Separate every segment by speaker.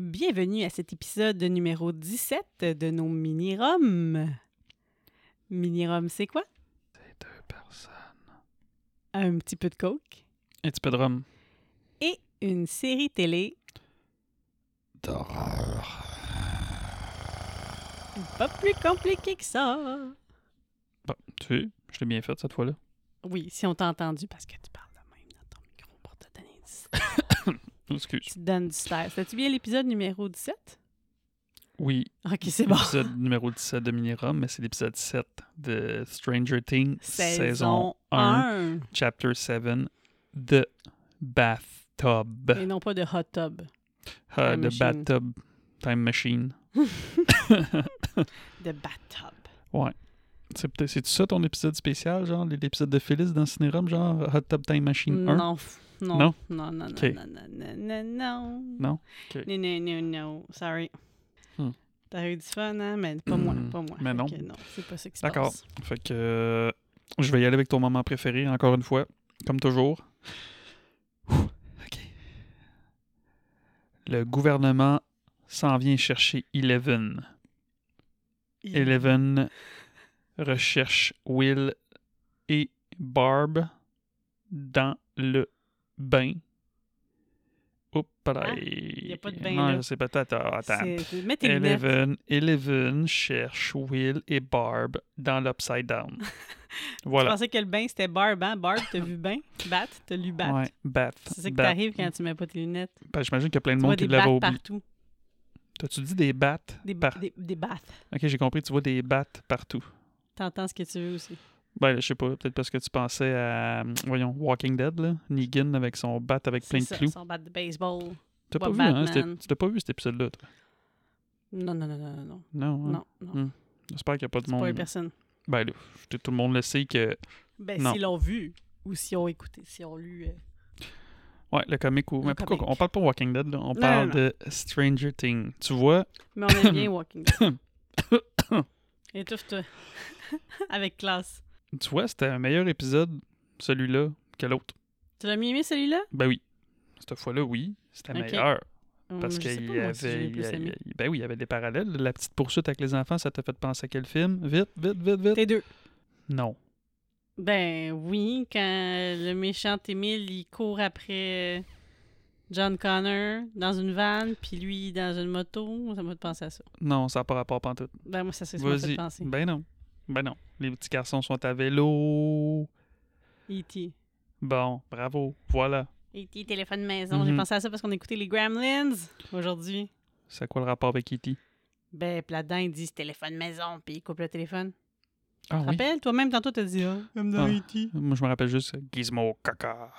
Speaker 1: Bienvenue à cet épisode numéro 17 de nos mini-roms. Mini-rom, c'est quoi?
Speaker 2: C'est deux personnes.
Speaker 1: Un petit peu de coke
Speaker 2: Un petit peu de rhum.
Speaker 1: et une série télé
Speaker 2: D'horreur.
Speaker 1: pas plus compliquée que ça.
Speaker 2: Bon, tu sais, je l'ai bien fait cette fois-là.
Speaker 1: Oui, si on t'a entendu, parce que tu parles de même dans ton micro pour te donner du
Speaker 2: Excuse.
Speaker 1: Tu te donnes du style. C'était-tu bien l'épisode numéro 17?
Speaker 2: Oui,
Speaker 1: OK, c'est bon.
Speaker 2: épisode numéro 17 de Minirum, mais c'est l'épisode 7 de Stranger Things,
Speaker 1: Saison 1.
Speaker 2: chapter 7, The Bathtub.
Speaker 1: Et non pas de hot tub.
Speaker 2: Ah,
Speaker 1: Time
Speaker 2: the
Speaker 1: Machine.
Speaker 2: Bathtub Time Machine.
Speaker 1: De bathtub.
Speaker 2: ouais. C'est peut-être c'est ça ton épisode spécial, genre l'épisode de Phyllis dans Cinérum, genre Hot Tub Time Machine 1?
Speaker 1: Non. f- Non.
Speaker 2: Non?
Speaker 1: Non, non, non,
Speaker 2: Ok.
Speaker 1: non, non, non, non, non.
Speaker 2: Non? Ok.
Speaker 1: Non, non, non, non. Sorry.
Speaker 2: Hmm.
Speaker 1: T'as eu du fun, hein? Mais pas moi,
Speaker 2: Hmm.
Speaker 1: pas moi.
Speaker 2: Mais
Speaker 1: Fait
Speaker 2: non.
Speaker 1: que non, c'est pas ça qui se passe.
Speaker 2: D'accord. Fait que euh, je vais y aller avec ton moment préféré, encore une fois, comme toujours. Ouh, OK. Le gouvernement s'en vient chercher Eleven. Eleven recherche Will et Barb dans le bain. Oups,
Speaker 1: Ah,
Speaker 2: Il
Speaker 1: y a pas de bain,
Speaker 2: Non,
Speaker 1: là.
Speaker 2: je sais pas. Attends, attends.
Speaker 1: C'est- c'est- Mets tes lunettes.
Speaker 2: Eleven, Eleven cherche Will et Barb dans l'Upside Down.
Speaker 1: Je
Speaker 2: Voilà.
Speaker 1: pensais que le bain, c'était Barb, hein? Barb, t'as vu bain? Bat, t'as lu bat.
Speaker 2: Ouais, Bat.
Speaker 1: C'est ça qui
Speaker 2: Bat.
Speaker 1: t'arrive quand tu mets pas tes lunettes.
Speaker 2: Ben, J'imagine qu'il y a plein de
Speaker 1: Tu vois
Speaker 2: monde
Speaker 1: des
Speaker 2: qui
Speaker 1: bats
Speaker 2: l'avait oublié.
Speaker 1: partout.
Speaker 2: T'as-tu dit des bats?
Speaker 1: Des,
Speaker 2: Par-
Speaker 1: des, des bats.
Speaker 2: Ok, j'ai compris, tu vois des bats partout.
Speaker 1: T'entends ce que tu veux aussi.
Speaker 2: Ben, je sais pas, peut-être parce que tu pensais à, hum, voyons, Walking Dead, là. Negan avec son bat avec
Speaker 1: C'est
Speaker 2: plein de
Speaker 1: ça,
Speaker 2: clous.
Speaker 1: Son bat de baseball.
Speaker 2: T'as pas
Speaker 1: Bob
Speaker 2: vu, hein? c'était-
Speaker 1: Batman.
Speaker 2: Tu l'as pas vu cet épisode-là, toi?
Speaker 1: Non, non, non, non, non, non.
Speaker 2: Non, hein?
Speaker 1: Non, non.
Speaker 2: Mm. J'espère qu'il n'y a pas de
Speaker 1: C'est pas une
Speaker 2: monde.
Speaker 1: personne.
Speaker 2: Ben, là, tout- tout le monde le sait que
Speaker 1: Ben,
Speaker 2: Non.
Speaker 1: s'ils l'ont vu ou s'ils ont écouté, s'ils ont lu. euh,
Speaker 2: Ouais, le comique ou.
Speaker 1: Le
Speaker 2: Mais pourquoi
Speaker 1: comique.
Speaker 2: on parle pas Walking Dead, là, on
Speaker 1: Non,
Speaker 2: parle
Speaker 1: non,
Speaker 2: de Stranger Things. Tu vois,
Speaker 1: Mais on aime bien Walking Dead. Étouffe-toi. Avec classe.
Speaker 2: tu vois, c'était un meilleur épisode, celui-là, que l'autre.
Speaker 1: Tu l'as bien aimé celui-là?
Speaker 2: Ben oui. Cette fois-là, oui, c'était
Speaker 1: Ok.
Speaker 2: meilleur.
Speaker 1: Hum,
Speaker 2: Parce
Speaker 1: je sais
Speaker 2: qu'il
Speaker 1: pas,
Speaker 2: y
Speaker 1: moi, si je l'ai
Speaker 2: avait. il y
Speaker 1: plus
Speaker 2: a-
Speaker 1: aimé.
Speaker 2: il y a- ben oui, il y avait des parallèles. La petite poursuite avec les enfants, ça t'a fait penser à quel film Vite, vite, vite, vite.
Speaker 1: T'es deux.
Speaker 2: Non.
Speaker 1: Ben oui, quand le méchant Émile, il court après euh, John Connor dans une vanne, puis lui dans une moto, ça m'a fait penser à ça.
Speaker 2: Non, ça n'a pas rapport pantoute.
Speaker 1: Ben moi, ça c'est ce que ça m'a fait
Speaker 2: Vas-y.
Speaker 1: penser.
Speaker 2: Ben non. Ben non. Les petits garçons sont à vélo.
Speaker 1: E.T.
Speaker 2: Bon, bravo. Voilà.
Speaker 1: E.T. E téléphone maison. J'ai
Speaker 2: Mhm.
Speaker 1: pensé à ça parce qu'on écoutait les Gremlins aujourd'hui.
Speaker 2: C'est quoi le rapport avec E Kitty
Speaker 1: Ben, puis là-dedans, ils disent téléphone maison, puis ils coupent le téléphone.
Speaker 2: Ah oui.
Speaker 1: Rappelle, toi-même, tantôt, t'as dit, ah, comme dans
Speaker 2: Ah.
Speaker 1: E.T.
Speaker 2: Moi, je me rappelle juste euh, Gizmo caca.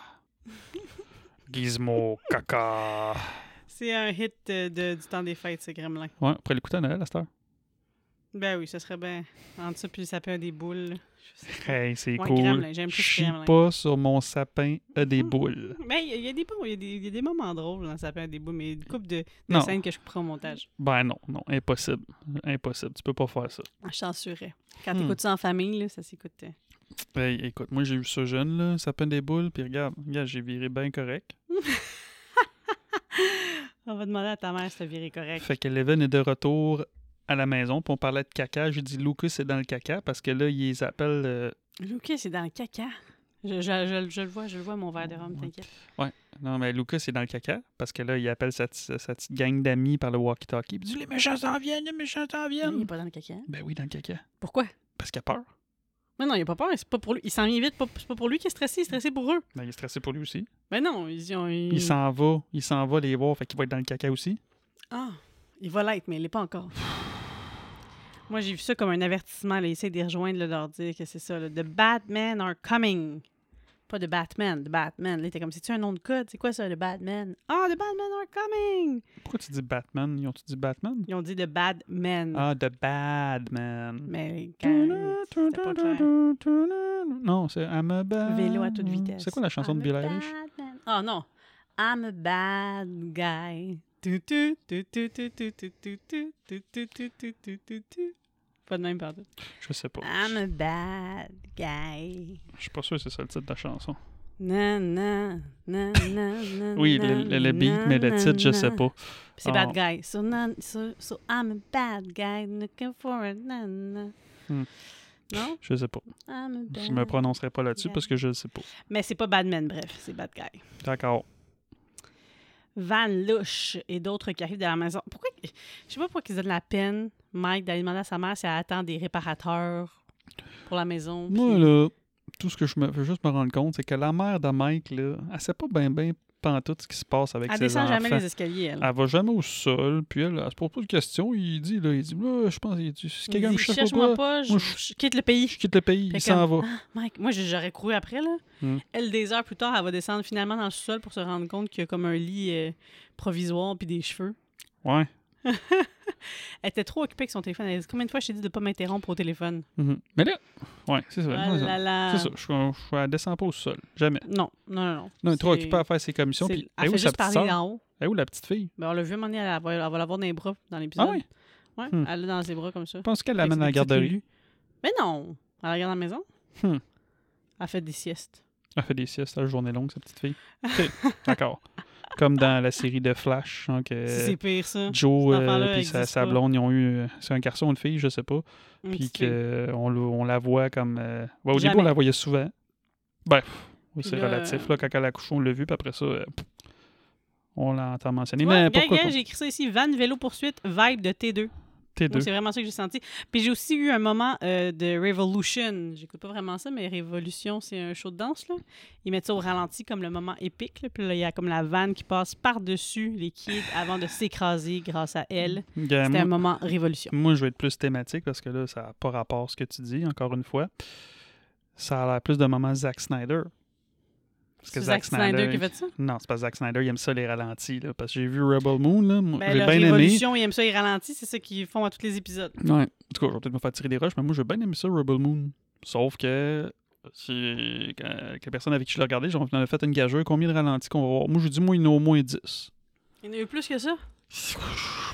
Speaker 2: Gizmo caca.
Speaker 1: C'est un hit euh, de- du temps des fêtes, ce Gremlin.
Speaker 2: Ouais, on pourrait l'écouter à Noël à cette heure.
Speaker 1: Ben oui, ce serait bien. Entre ça puis le sapin des boules.
Speaker 2: Hey, c'est
Speaker 1: Ouais,
Speaker 2: cool.
Speaker 1: Gremlin, j'aime plus
Speaker 2: Chie
Speaker 1: Gremlin.
Speaker 2: pas sur mon sapin à des
Speaker 1: Mm-hmm.
Speaker 2: boules.
Speaker 1: Mais il y, a des bons, il y a des- il y, a des moments drôles dans le sapin des boules, mais il y a une couple de, de
Speaker 2: Non.
Speaker 1: scènes que je couperais au montage.
Speaker 2: Ben non, non, impossible. Impossible, tu peux pas faire ça.
Speaker 1: Ah, Je censurais. Quand
Speaker 2: Hmm.
Speaker 1: t'écoutes ça en famille, là, ça s'écoute. euh,
Speaker 2: Hey, Ben, écoute, moi j'ai eu ça jeune, là, sapin des boules, puis regarde, regarde j'ai viré bien correct.
Speaker 1: On va demander à ta mère si t'as viré correct.
Speaker 2: Fait que Leven est de retour à la maison, puis on parlait de caca. J'ai dit Lucas est dans le caca parce que là, ils appellent. euh,
Speaker 1: Lucas, c'est dans le caca. Je, je- je- je le vois, je le vois, mon verre de rhum,
Speaker 2: Ouais.
Speaker 1: t'inquiète.
Speaker 2: Non, mais Lucas est dans le caca parce que là, il appelle sa, petite- sa petite gang d'amis par le walkie-talkie. Il dit Les méchants s'en viennent, les méchants s'en
Speaker 1: Il est
Speaker 2: viennent.
Speaker 1: pas dans le caca.
Speaker 2: Ben oui, dans le caca.
Speaker 1: Pourquoi?
Speaker 2: Parce qu'il a peur.
Speaker 1: Mais non, il a pas peur, c'est pas pour lui. Il s'en vient vite, pas- c'est pas pour lui qui est stressé, il est stressé pour eux.
Speaker 2: Ben, il est stressé pour lui aussi.
Speaker 1: Mais non, ils ont. Ils...
Speaker 2: Il s'en va, il s'en va les voir, fait qu'il va être dans le caca aussi.
Speaker 1: Ah, il va l'être, mais il l'est pas encore. Moi, j'ai vu ça comme un avertissement. Là. Il essaie de les rejoindre, là, de leur dire que c'est ça. là. The Batman are coming. Pas de Batman, de Batman. Là, t'es comme, c'est-tu un nom de code? C'est quoi ça, le Batman? Ah, The Batman are coming!
Speaker 2: Pourquoi tu dis Batman Ils ont-tu dit Batman
Speaker 1: Ils ont dit The Bad Men.
Speaker 2: Ah, The Batman.
Speaker 1: Mm. Mais quand... c'était pas clair.
Speaker 2: Non, c'est I'm a bad-
Speaker 1: Vélo à
Speaker 2: Ah.
Speaker 1: toute vitesse.
Speaker 2: C'est quoi la chanson de Billie Eilish
Speaker 1: Ah non. I'm a bad guy. Tu, tu, tu, tu, tu, tu, tu, tu, tu, tu, tu, tu, tu, tu, tu, tu. Pas de même, pardon.
Speaker 2: Oh, Je sais pas.
Speaker 1: I'm a bad guy.
Speaker 2: Je suis pas sûr que c'est ça le titre de la chanson.
Speaker 1: Nan, nan, nan, nan, nan,
Speaker 2: Oui, le, le- le beat,
Speaker 1: nan,
Speaker 2: mais le
Speaker 1: nan,
Speaker 2: titre, je sais
Speaker 1: nan.
Speaker 2: pas.
Speaker 1: Puis c'est
Speaker 2: Ah.
Speaker 1: Bad Guy. So, nan, so, so I'm a bad guy looking for a nan, nan.
Speaker 2: Hmm.
Speaker 1: Non?
Speaker 2: Je sais pas.
Speaker 1: I'm a bad
Speaker 2: Je me prononcerai pas là-dessus
Speaker 1: Yeah.
Speaker 2: parce que je le sais pas.
Speaker 1: Mais c'est pas Badman, bref, c'est Bad Guy.
Speaker 2: D'accord.
Speaker 1: Van Louche et d'autres qui arrivent de la maison. Pourquoi? Je sais pas pourquoi ils ont de la peine, Mike, d'aller demander à sa mère si elle attend des réparateurs pour la maison. puis-
Speaker 2: Moi, là, tout ce que je me veux juste me rendre compte, c'est que la mère de Mike, là, elle sait pas bien, bien pantoute ce qui se passe avec
Speaker 1: elle
Speaker 2: ses
Speaker 1: descend
Speaker 2: enfants. Ah,
Speaker 1: jamais les escaliers, elle.
Speaker 2: Elle va jamais au sol, puis elle, elle se pose pas de questions. Il dit, là, il dit, là, je pense, il dit, si
Speaker 1: Il
Speaker 2: quelqu'un
Speaker 1: dit,
Speaker 2: me cherche ou
Speaker 1: Cherche-moi
Speaker 2: quoi,
Speaker 1: pas, je,
Speaker 2: Moi, je-
Speaker 1: je quitte le pays.
Speaker 2: je quitte le pays,
Speaker 1: Fait ah,
Speaker 2: il s'en va.
Speaker 1: Mike, moi, j- j'aurais couru après, là.
Speaker 2: Hmm.
Speaker 1: Elle, des heures plus tard, elle va descendre finalement dans le sous-sol pour se rendre compte qu'il y a comme un lit euh, provisoire puis des cheveux. ah.
Speaker 2: Ouais.
Speaker 1: Elle était trop occupée avec son téléphone. Elle dit, combien de fois je t'ai dit de pas m'interrompre au téléphone?
Speaker 2: Mhm. Mais là, ouais, c'est ça.
Speaker 1: Ah
Speaker 2: c'est ça.
Speaker 1: là là.
Speaker 2: C'est ça, je, je, elle descend pas au sol, jamais.
Speaker 1: Non, non, non. Non,
Speaker 2: Non, elle est trop
Speaker 1: C'est-
Speaker 2: occupée à faire ses commissions,
Speaker 1: c'est-
Speaker 2: puis elle est
Speaker 1: Elle
Speaker 2: où
Speaker 1: fait
Speaker 2: sa
Speaker 1: juste
Speaker 2: petite
Speaker 1: parler
Speaker 2: sœur?
Speaker 1: d'en haut.
Speaker 2: Elle est où la petite fille?
Speaker 1: Ben, on l'a vu, à un moment donné, elle va, elle va l'avoir dans les bras dans l'épisode.
Speaker 2: Ah oui?
Speaker 1: Ouais,
Speaker 2: Hmm.
Speaker 1: elle l'a dans ses bras comme ça.
Speaker 2: Je pense qu'elle
Speaker 1: Fait que
Speaker 2: l'amène à la
Speaker 1: c'est une petite
Speaker 2: garderie.
Speaker 1: Lulu. Mais non! Elle la garde à la maison.
Speaker 2: Hmm.
Speaker 1: Elle fait des siestes.
Speaker 2: Elle fait des siestes la journée longue, sa petite fille. Ok, D'accord. Comme dans la série de Flash, hein, que
Speaker 1: Si c'est pire, ça.
Speaker 2: Joe
Speaker 1: cet enfant-là
Speaker 2: et sa,
Speaker 1: existe
Speaker 2: sa
Speaker 1: pas.
Speaker 2: blonde, ils ont eu. euh, C'est un garçon ou une fille, je sais pas.
Speaker 1: Une
Speaker 2: Puis
Speaker 1: petite fille.
Speaker 2: qu'on on la voit comme. euh, ouais, au
Speaker 1: Jamais.
Speaker 2: début, on la voyait souvent. Bref, oui,
Speaker 1: Puis
Speaker 2: c'est
Speaker 1: là,
Speaker 2: relatif. Là, quand elle a couché, on l'a vu, puis après ça, euh, pff, on l'entend mentionner.
Speaker 1: Tu vois,
Speaker 2: Mais
Speaker 1: gars,
Speaker 2: pourquoi
Speaker 1: gars,
Speaker 2: quoi?
Speaker 1: j'ai écrit ça ici, van vélo poursuite, vibe de T2.
Speaker 2: T'es
Speaker 1: Donc,
Speaker 2: deux.
Speaker 1: c'est vraiment ça que j'ai senti. Puis j'ai aussi eu un moment euh, de Revolution. J'écoute pas vraiment ça, mais Revolution, c'est un show de danse. Là. Ils mettent ça au ralenti comme le moment épique. là. Puis là, il y a comme la vanne qui passe par-dessus les kids avant de s'écraser grâce à elle.
Speaker 2: Gars,
Speaker 1: C'était
Speaker 2: moi,
Speaker 1: un moment Révolution.
Speaker 2: moi, je vais être plus thématique parce que là, ça n'a pas rapport à ce que tu dis, encore une fois. Ça a l'air plus de moment Zack Snyder. Parce
Speaker 1: C'est Zack Snyder qui a fait ça?
Speaker 2: Non, c'est pas Zack Snyder, il aime ça les ralentis. Là, parce que j'ai vu Rebel Moon, là, moi,
Speaker 1: Ben,
Speaker 2: j'ai
Speaker 1: la
Speaker 2: bien aimé.
Speaker 1: Révolution, ils aiment ça, ils ralentissent. C'est ça qu'ils font à tous les épisodes.
Speaker 2: Ouais. En tout cas, je vais peut-être me faire tirer des roches, mais moi j'ai bien aimé ça, Rebel Moon. Sauf que si quand- que la personne avec qui je l'ai regardé, j'en ai fait une gageure, combien de ralentis qu'on va voir? Moi je dis moi il y en a au moins 10.
Speaker 1: Il y en a eu plus que ça?
Speaker 2: Je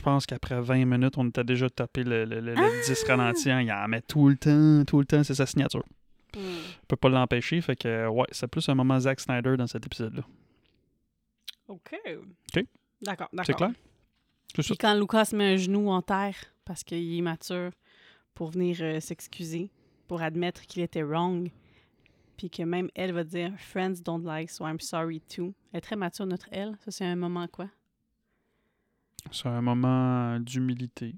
Speaker 2: pense qu'après 20 minutes, on était déjà tapé le, le- le- le 10 ralentis. hein. Il en met tout le temps, tout le temps, c'est sa signature.
Speaker 1: Hmm.
Speaker 2: On peut pas l'empêcher, fait que ouais, c'est plus un moment Zack Snyder dans cet épisode-là.
Speaker 1: OK.
Speaker 2: OK.
Speaker 1: D'accord, d'accord.
Speaker 2: C'est clair? C'est ça.
Speaker 1: Puis quand Lucas met un genou en terre parce qu'il est mature pour venir euh, s'excuser, pour admettre qu'il était wrong, puis que même elle va dire « Friends don't like, so I'm sorry too ». Elle est très mature, notre elle. Ça, c'est un moment quoi?
Speaker 2: C'est un moment d'humilité.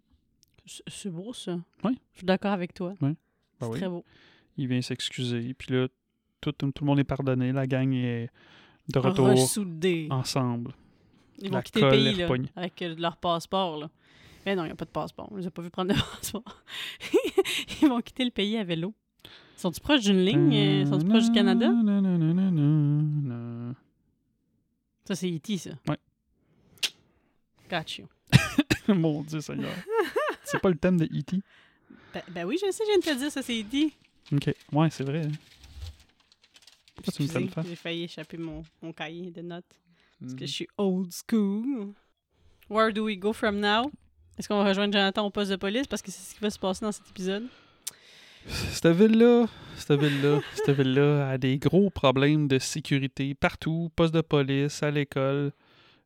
Speaker 1: C'est- C'est beau, ça.
Speaker 2: Oui.
Speaker 1: Je suis d'accord avec toi.
Speaker 2: Ben
Speaker 1: C'est
Speaker 2: oui.
Speaker 1: très beau.
Speaker 2: Il vient s'excuser. Puis là, tout, tout le monde est pardonné. La gang est de retour
Speaker 1: Ressoudé.
Speaker 2: ensemble.
Speaker 1: Ils
Speaker 2: la
Speaker 1: vont quitter le pays,
Speaker 2: colère
Speaker 1: là,
Speaker 2: pogne.
Speaker 1: avec euh, leur passeport, là. Mais non, il n'y a pas de passeport. Je les ai pas vu prendre de passeport. Ils vont quitter le pays à vélo. Sont-ils proches d'une ligne? euh, Sont-ils proches du Canada?
Speaker 2: Nananananana.
Speaker 1: Ça, c'est E.T., ça.
Speaker 2: Ouais.
Speaker 1: Got you.
Speaker 2: Mon Dieu Seigneur. c'est pas le thème de E E.T.
Speaker 1: Ben, ben oui, je sais, je viens de te dire ça, c'est E E.T.
Speaker 2: OK. Ouais, c'est vrai. hein. Pourquoi tu me fais le
Speaker 1: Excusez,
Speaker 2: faire?
Speaker 1: J'ai failli échapper mon, mon cahier de notes parce que
Speaker 2: Mhm.
Speaker 1: je suis old school. Where do we go from now? Est-ce qu'on va rejoindre Jonathan au poste de police? Parce que c'est ce qui va se passer dans cet épisode.
Speaker 2: Cette ville-là, cette ville-là, cette ville-là a des gros problèmes de sécurité partout, poste de police, à l'école.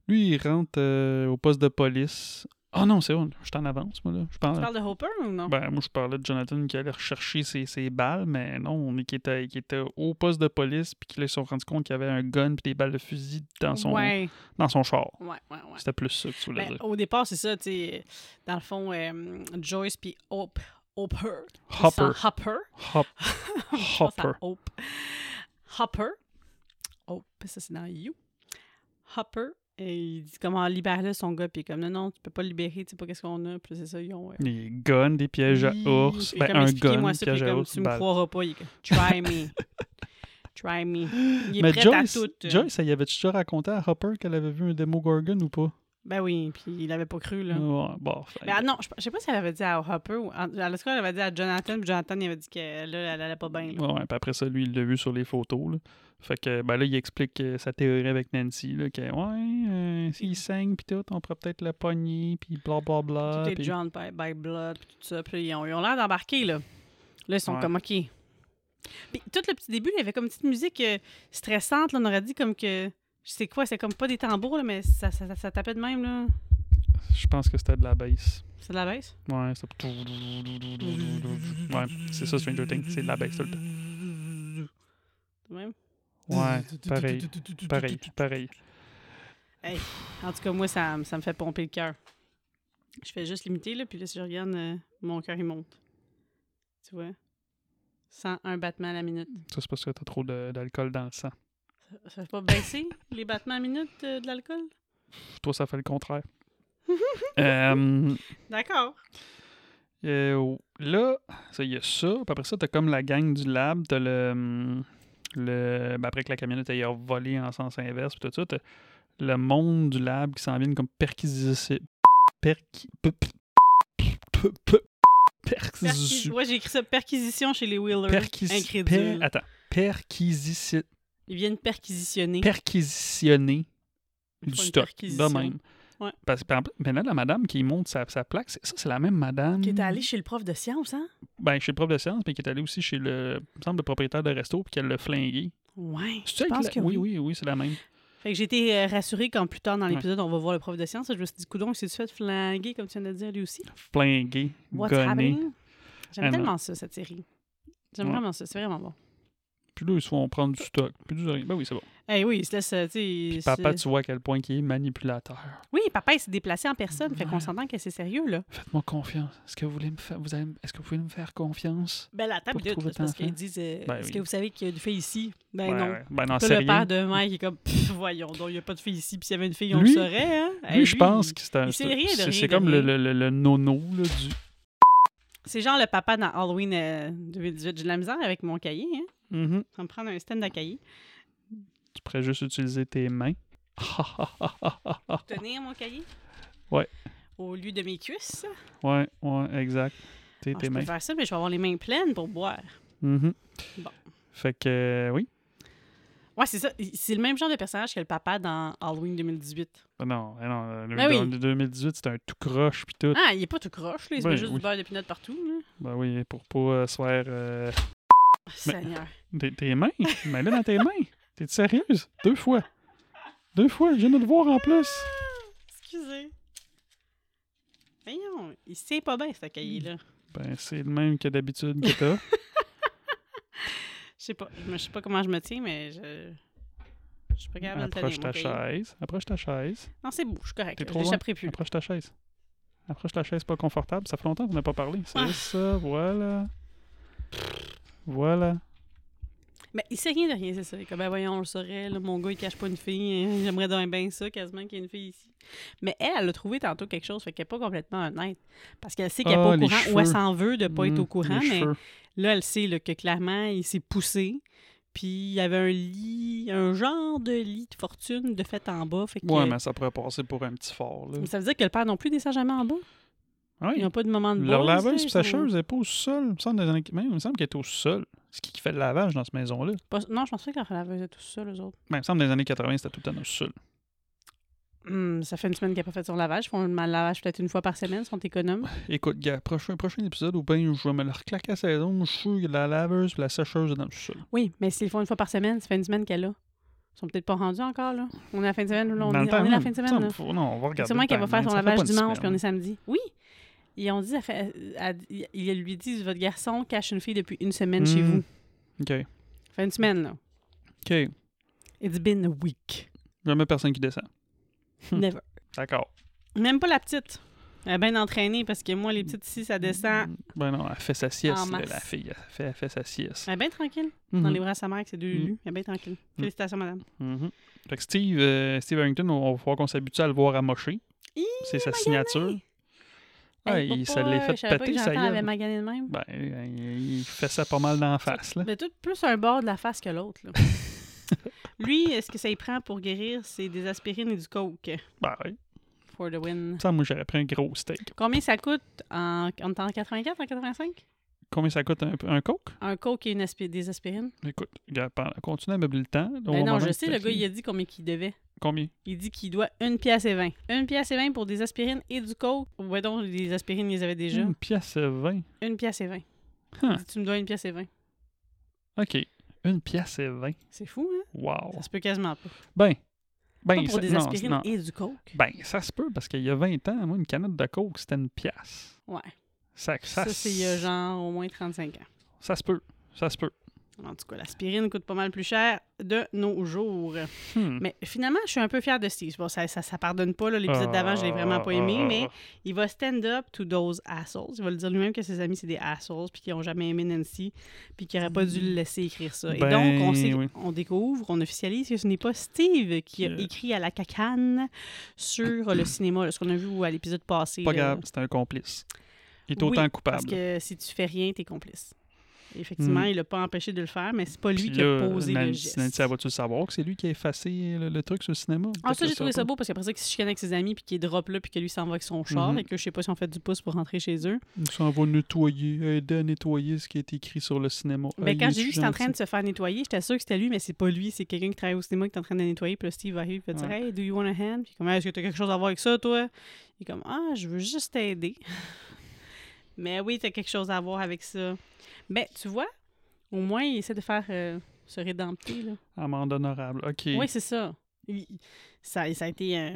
Speaker 2: Lui, il rentre euh, au poste de police. Oh non, c'est bon, je suis en avance, moi, là. Je
Speaker 1: Tu
Speaker 2: parle,
Speaker 1: parles de Hopper ou non?
Speaker 2: ben, moi, je parlais de Jonathan qui allait rechercher ses, ses balles, mais non, mais qui était, qui était au poste de police, puis qu'ils se sont rendus compte qu'il y avait un gun puis des balles de fusil dans son,
Speaker 1: Ouais,
Speaker 2: dans son char.
Speaker 1: ouais, ouais. ouais.
Speaker 2: C'était plus ça que tu voulais
Speaker 1: Ben,
Speaker 2: dire.
Speaker 1: au départ, c'est ça, tu sais. Dans le fond, euh, Joyce puis Hope. Hopper.
Speaker 2: Hopper.
Speaker 1: Sans Hopper.
Speaker 2: Hop,
Speaker 1: Je pense à
Speaker 2: hopper.
Speaker 1: Hope. Hopper. Hope, ça c'est dans You. Hopper. Et il dit comment libère-le son gars. Puis il est comme non, non, tu peux pas le libérer, tu sais pas qu'est-ce qu'on a. Puis c'est ça, ils ont. euh,
Speaker 2: Des guns, des pièges à
Speaker 1: Puis
Speaker 2: ours.
Speaker 1: il est
Speaker 2: Ben,
Speaker 1: comme,
Speaker 2: un
Speaker 1: Expliquez-moi
Speaker 2: gun,
Speaker 1: ça, puis
Speaker 2: piège
Speaker 1: il est
Speaker 2: à
Speaker 1: comme
Speaker 2: ours,
Speaker 1: tu me
Speaker 2: balle.
Speaker 1: croiras pas. Il est comme try me. try me. Il est
Speaker 2: Mais
Speaker 1: prêt
Speaker 2: Joyce,
Speaker 1: à tout. euh.
Speaker 2: Joyce, elle y avait-tu déjà raconté à Hopper qu'elle avait vu un Demogorgon ou pas?
Speaker 1: Ben oui, puis il avait pas cru, là.
Speaker 2: Ouais, bon, fait-
Speaker 1: Ben, ah non, je je sais pas si elle avait dit à Hopper ou. En en tout cas, elle avait dit à Jonathan, puis Jonathan, il avait dit que là, elle allait pas bien. là.
Speaker 2: Ouais, ouais, puis après ça, lui, il l'a vu sur les photos. là. Fait que, ben là, il explique euh, sa théorie avec Nancy, là, que, ouais, euh, s'il saigne, puis tout, on pourrait peut-être le pogner, puis blablabla.
Speaker 1: Mm. Tout est
Speaker 2: puis-
Speaker 1: John by, by Blood, puis tout ça. Puis là, ils ont ils ont l'air d'embarquer, là. Là, ils sont
Speaker 2: Ouais.
Speaker 1: comme, OK, Puis tout le petit début, il y avait comme une petite musique euh, stressante. Là, on aurait dit comme que. Je sais quoi, c'est comme pas des tambours, là, mais ça, ça, ça- ça tapait de même. là.
Speaker 2: Je pense que c'était de la baisse.
Speaker 1: C'est de la baisse?
Speaker 2: Ouais, c'est Ouais, c'est ça Stranger Things, c'est de la baisse tout le temps.
Speaker 1: De même?
Speaker 2: Ouais, pareil, pareil, pareil.
Speaker 1: En tout cas, moi, ça, me- ça me fait pomper le cœur. Je fais juste limiter, là, puis là, si je regarde, euh, mon cœur, il monte. Tu vois? 101 battements à la minute.
Speaker 2: Ça, c'est parce que t'as trop de- d'alcool dans le sang.
Speaker 1: Ça- Ça fait pas baisser les battements à la minute euh, de l'alcool?
Speaker 2: Toi, ça fait le contraire. Euh,
Speaker 1: D'accord.
Speaker 2: euh, là, ça, il y a ça. Puis après ça, t'as comme la gang du lab. T'as le. hum, le ben, après que la camionnette ait volé en sens inverse, puis tout ça, t'as le monde du lab qui s'en vient comme perquisition. Perqui. pe- pe- pe- pe-
Speaker 1: Perquis-
Speaker 2: Perquisition.
Speaker 1: Ouais, j'ai écrit ça. Perquisition chez les Wheelers.
Speaker 2: Perquisi- per-
Speaker 1: Incrédule.
Speaker 2: Attends. Perquisition.
Speaker 1: Ils viennent perquisitionner.
Speaker 2: perquisitionner
Speaker 1: Ils
Speaker 2: du
Speaker 1: font une
Speaker 2: stock.
Speaker 1: perquisition.
Speaker 2: De même.
Speaker 1: Ouais.
Speaker 2: Parce que par- maintenant, la madame qui monte sa, sa plaque, c'est- ça, c'est la même madame.
Speaker 1: Qui était allée chez le prof de science, hein?
Speaker 2: Ben, chez le prof de science, mais qui est allée aussi chez le, il me semble, le propriétaire de resto, puis qu'elle l'a flingué.
Speaker 1: Ouais.
Speaker 2: C'est-tu
Speaker 1: Je
Speaker 2: avec
Speaker 1: pense
Speaker 2: la-
Speaker 1: que
Speaker 2: oui,
Speaker 1: oui.
Speaker 2: oui, oui, c'est la même.
Speaker 1: Fait que j'ai été euh, rassurée quand plus tard dans
Speaker 2: Ouais.
Speaker 1: l'épisode, on va voir le prof de science. Je me suis dit, coudon, c'est-tu fait flinguer, comme tu viens de dire, lui aussi?
Speaker 2: Flingué,
Speaker 1: What's
Speaker 2: gonné.
Speaker 1: happening? J'aime
Speaker 2: Ah non.
Speaker 1: tellement ça, cette série. J'aime
Speaker 2: Ouais.
Speaker 1: vraiment ça, c'est vraiment bon.
Speaker 2: Puis là, ils se font prendre du stock. Puis du Ben oui, c'est bon.
Speaker 1: Eh oui, il se laisse, euh, tu sais,
Speaker 2: Puis
Speaker 1: se-
Speaker 2: papa, tu vois à quel point il est manipulateur.
Speaker 1: Oui, papa, il s'est déplacé en personne, fait qu'on
Speaker 2: Ouais.
Speaker 1: s'entend que c'est sérieux, là.
Speaker 2: Faites-moi confiance. Est-ce que vous voulez me faire, vous allez me- est-ce que vous pouvez me faire confiance?
Speaker 1: Ben, la
Speaker 2: Pour
Speaker 1: table de
Speaker 2: trouver
Speaker 1: c'est parce
Speaker 2: ton enfant.
Speaker 1: qu'ils disent euh,
Speaker 2: Ben
Speaker 1: Est-ce
Speaker 2: oui.
Speaker 1: que vous savez qu'il y a une fille ici Ben
Speaker 2: Ouais,
Speaker 1: non.
Speaker 2: ouais. Ben non,
Speaker 1: Puis
Speaker 2: c'est
Speaker 1: là, le
Speaker 2: rien.
Speaker 1: père de Mike il est comme Pff, voyons donc, il n'y a pas de fille ici, puis s'il y avait une fille, on
Speaker 2: Lui-
Speaker 1: le saurait, hein. Eh,
Speaker 2: Lui, je pense que c'est un.
Speaker 1: il sait rien de
Speaker 2: c'est-
Speaker 1: rien
Speaker 2: C'est
Speaker 1: de
Speaker 2: comme le,
Speaker 1: rien.
Speaker 2: le, le- le nono là, du.
Speaker 1: C'est genre le papa dans Halloween euh, 2018. J'ai de la misère avec mon cahier, hein.
Speaker 2: Mhm.
Speaker 1: Ça me prendre un stand à cahier.
Speaker 2: Tu pourrais juste utiliser tes mains.
Speaker 1: Tenir mon cahier
Speaker 2: Ouais.
Speaker 1: Au lieu de mes cuisses.
Speaker 2: ouais, ouais, exact. T'es
Speaker 1: Ah,
Speaker 2: tes
Speaker 1: je peux
Speaker 2: mains.
Speaker 1: faire ça, mais je vais avoir les mains pleines pour boire.
Speaker 2: Mhm.
Speaker 1: Bon.
Speaker 2: Fait que, euh, oui.
Speaker 1: Ouais, c'est ça. Il- C'est le même genre de personnage que le papa dans Halloween 2018.
Speaker 2: Ah Non, ah non, le,
Speaker 1: Ben oui.
Speaker 2: le 2018, c'était un tout croche pis tout.
Speaker 1: Ah, il est pas tout croche, là. Il se
Speaker 2: Ben
Speaker 1: met juste
Speaker 2: oui.
Speaker 1: du beurre de pinot partout, là.
Speaker 2: Ben oui, pour pas euh, se faire euh,
Speaker 1: Ah, Seigneur.
Speaker 2: des- tes mains. Mais là, dans tes mains. T'es sérieuse? Deux fois. Deux fois, je viens de le voir en plus.
Speaker 1: Ah, Excusez. Voyons, il sait pas bien, ce cahier-là.
Speaker 2: Ben, c'est le même que d'habitude que t'as.
Speaker 1: Je sais pas. Je me- je sais pas comment je me tiens, mais je. Je suis pas capable de le
Speaker 2: Approche
Speaker 1: tenir.
Speaker 2: ta
Speaker 1: mon cahier.
Speaker 2: chaise. Approche ta chaise.
Speaker 1: Non, c'est beau, je suis correct.
Speaker 2: T'es
Speaker 1: Je
Speaker 2: trop loin.
Speaker 1: l'échapperai plus.
Speaker 2: Approche ta chaise. Approche ta chaise pas confortable. Ça fait longtemps qu'on n'a pas parlé. C'est
Speaker 1: Ah.
Speaker 2: ça, voilà. Voilà.
Speaker 1: Mais il sait rien de rien, c'est ça. Il est Comme, ben voyons, on le saurait, là, mon gars, il cache pas une fille. hein. J'aimerais donc bien ça, quasiment, qu'il y ait une fille ici. Mais elle, elle a trouvé tantôt quelque chose, fait qu'elle est pas complètement honnête. Parce qu'elle sait qu'elle est
Speaker 2: Ah,
Speaker 1: pas au
Speaker 2: les
Speaker 1: courant, ou
Speaker 2: cheveux.
Speaker 1: elle s'en veut de pas être
Speaker 2: Mm,
Speaker 1: au courant,
Speaker 2: les
Speaker 1: mais
Speaker 2: cheveux.
Speaker 1: là, elle sait là, que clairement, il s'est poussé. Puis il y avait un lit, un genre de lit de fortune de fait en bas. Fait que,
Speaker 2: Ouais, mais ça pourrait passer pour un petit fort, là.
Speaker 1: Mais Ça veut dire que le père non plus descend jamais en bas. Ils
Speaker 2: Ouais.
Speaker 1: n'ont pas de moment de
Speaker 2: Leur
Speaker 1: pause, là,
Speaker 2: lavage
Speaker 1: ils
Speaker 2: et
Speaker 1: sont-
Speaker 2: sécheuse n'est pas au sol. Il me semble, dans les- même, il me semble qu'elle est au sol. C'est qui qui fait le lavage dans cette maison-là?
Speaker 1: Pas- Non, je pense pas qu'ils lavaient tout ça, les autres.
Speaker 2: Ben, il me semble que dans les années 80, c'était tout le temps au sol.
Speaker 1: Hum, ça fait une semaine qu'elle n'a pas fait son lavage. Ils font le lavage peut-être une fois par semaine, ils sont économes.
Speaker 2: Écoute, gars, prochain, prochain épisode où ben, je vais me le reclaquer à saison, je suis sûr que la laveuse et la sécheuse est dans le sol.
Speaker 1: Oui, mais s'ils le font une fois par semaine, ça fait une semaine qu'elle a. Ils sont peut-être pas rendus encore, là. On est à la fin de semaine, là. On,
Speaker 2: Dans
Speaker 1: est,
Speaker 2: le
Speaker 1: on
Speaker 2: temps
Speaker 1: est à la
Speaker 2: même.
Speaker 1: fin de
Speaker 2: Il me
Speaker 1: semaine,
Speaker 2: semble,
Speaker 1: là.
Speaker 2: faut- non, on va regarder.
Speaker 1: C'est moi
Speaker 2: le
Speaker 1: qu'elle va
Speaker 2: time,
Speaker 1: faire
Speaker 2: man.
Speaker 1: son
Speaker 2: Ça fait pas
Speaker 1: lavage
Speaker 2: une
Speaker 1: dimanche, puis on
Speaker 2: semaine.
Speaker 1: est samedi. Oui! Ils ont dit, elle fait- elle- elle- ils lui disent, votre garçon cache une fille depuis une semaine chez
Speaker 2: Hmm.
Speaker 1: vous.
Speaker 2: OK.
Speaker 1: Ça fait une semaine, là.
Speaker 2: OK.
Speaker 1: It's been a week.
Speaker 2: Jamais personne qui descend. Hmm.
Speaker 1: Never.
Speaker 2: D'accord.
Speaker 1: Même pas la petite. Elle est bien entraînée, parce que moi, les petites ici, ça descend.
Speaker 2: Ben non, elle fait sa sieste,
Speaker 1: En
Speaker 2: là,
Speaker 1: masse.
Speaker 2: la fille. Elle fait, elle fait sa sieste.
Speaker 1: Elle est bien tranquille.
Speaker 2: Mhm.
Speaker 1: Dans les bras de sa mère, que c'est deux
Speaker 2: Mhm.
Speaker 1: lulus. Elle est bien tranquille.
Speaker 2: Mhm.
Speaker 1: Félicitations, madame.
Speaker 2: Mhm. Fait que Steve, euh, Steve Harrington, on on va falloir qu'on s'habitue à le voir amocher.
Speaker 1: Hi,
Speaker 2: C'est sa signature. Ouais, il, ça l'a fait péter, ça y
Speaker 1: avait
Speaker 2: est.
Speaker 1: magané de même.
Speaker 2: Ben, il il fait ça pas mal d'en face, là.
Speaker 1: Mais Ben, tout plus un bord de la face que l'autre. là. Lui, euh, ce que ça y prend pour guérir, c'est des aspirines et du coke.
Speaker 2: Ben, oui.
Speaker 1: For the win.
Speaker 2: Ça, moi, j'aurais pris un gros steak.
Speaker 1: Combien ça coûte en, on est en 84, en 85?
Speaker 2: Combien ça coûte un, un coke?
Speaker 1: Un coke et une aspi- des aspirines?
Speaker 2: Écoute, regarde, par- continue à meubler le temps.
Speaker 1: Ben
Speaker 2: Au
Speaker 1: non,
Speaker 2: moment
Speaker 1: je
Speaker 2: que
Speaker 1: sais,
Speaker 2: t'as
Speaker 1: le gars,
Speaker 2: fini.
Speaker 1: il a dit combien qu'il devait.
Speaker 2: Combien?
Speaker 1: Il dit qu'il doit une pièce et vingt. Une pièce et vingt pour des aspirines et du coke. Ouais, donc, les aspirines, ils les avaient déjà.
Speaker 2: Une pièce 20.
Speaker 1: Une pièce et vingt.
Speaker 2: Hmm. Huh.
Speaker 1: Il dit, tu me dois une pièce et vingt.
Speaker 2: OK. Une pièce et vingt.
Speaker 1: C'est fou, hein?
Speaker 2: Wow.
Speaker 1: Ça se peut quasiment pas.
Speaker 2: Ben, Oh. ben,
Speaker 1: pas pour
Speaker 2: ça-
Speaker 1: des
Speaker 2: non,
Speaker 1: aspirines
Speaker 2: non.
Speaker 1: et du coke.
Speaker 2: Ben, ça se peut parce qu'il y a 20 ans, moi, une canette de coke, c'était une pièce.
Speaker 1: Ouais.
Speaker 2: Ça,
Speaker 1: Ça,
Speaker 2: ça,
Speaker 1: c'est il y a genre au moins 35 ans.
Speaker 2: Ça se peut. Ça se peut.
Speaker 1: En tout cas, l'aspirine coûte pas mal plus cher de nos jours.
Speaker 2: Hmm.
Speaker 1: Mais finalement, je suis un peu fière de Steve. Bon, ça, ça, ça pardonne pas. là, L'épisode d'avant, je l'ai vraiment pas aimé,
Speaker 2: Ah.
Speaker 1: mais il va stand up to those assholes. Il va le dire lui-même que ses amis, c'est des assholes, puis qu'ils ont jamais aimé Nancy, puis qu'ils n'auraient pas dû le laisser écrire ça. Et
Speaker 2: Ben,
Speaker 1: donc, on, sait-
Speaker 2: oui.
Speaker 1: on découvre, on officialise que ce n'est pas Steve qui a
Speaker 2: Yeah.
Speaker 1: écrit à la cacane sur le cinéma, là, ce qu'on a vu à l'épisode passé.
Speaker 2: Pas
Speaker 1: là.
Speaker 2: grave, c'est un complice. Il est
Speaker 1: euh, Oui,
Speaker 2: autant
Speaker 1: Parce
Speaker 2: coupable.
Speaker 1: que si tu fais rien, t'es complice. Effectivement,
Speaker 2: Mm.
Speaker 1: il l'a pas empêché de le faire, mais c'est pas lui
Speaker 2: Puis
Speaker 1: qui a
Speaker 2: là,
Speaker 1: posé le
Speaker 2: Nancy,
Speaker 1: geste.
Speaker 2: Nancy, elle va-tu le savoir que c'est lui qui a effacé le, le truc sur le cinéma?
Speaker 1: Ah,
Speaker 2: Peut-être
Speaker 1: ça,
Speaker 2: qu'elle
Speaker 1: j'ai trouvé ça
Speaker 2: saura
Speaker 1: beau parce qu'après ça, qu'ils se chicanent avec ses amis puis qu'ils drop là puis que lui s'en va avec son char
Speaker 2: Mhm.
Speaker 1: et que je sais pas si on fait du pouce pour rentrer chez eux.
Speaker 2: pas. Ça, on va nettoyer, aider à nettoyer ce qui est écrit sur le cinéma. Ah,
Speaker 1: Ben, quand j'ai vu qu'il était en train de se faire nettoyer, j'étais sûre que c'était lui, mais c'est pas lui, c'est quelqu'un qui travaille au cinéma qui est en train de nettoyer. Puis là, Steve arrive et dire
Speaker 2: Ouais.
Speaker 1: Hey, do you want a hand Puis comme, est-ce que t'as quelque chose à voir avec ça, toi Il est comme, ah, je veux juste t'aider. mais oui, t'as quelque chose à voir avec ça. Ben, tu vois, au moins, il essaie de faire euh, se rédempter, là.
Speaker 2: Amende honorable. OK.
Speaker 1: Oui, c'est ça. Il- ça. Ça a été un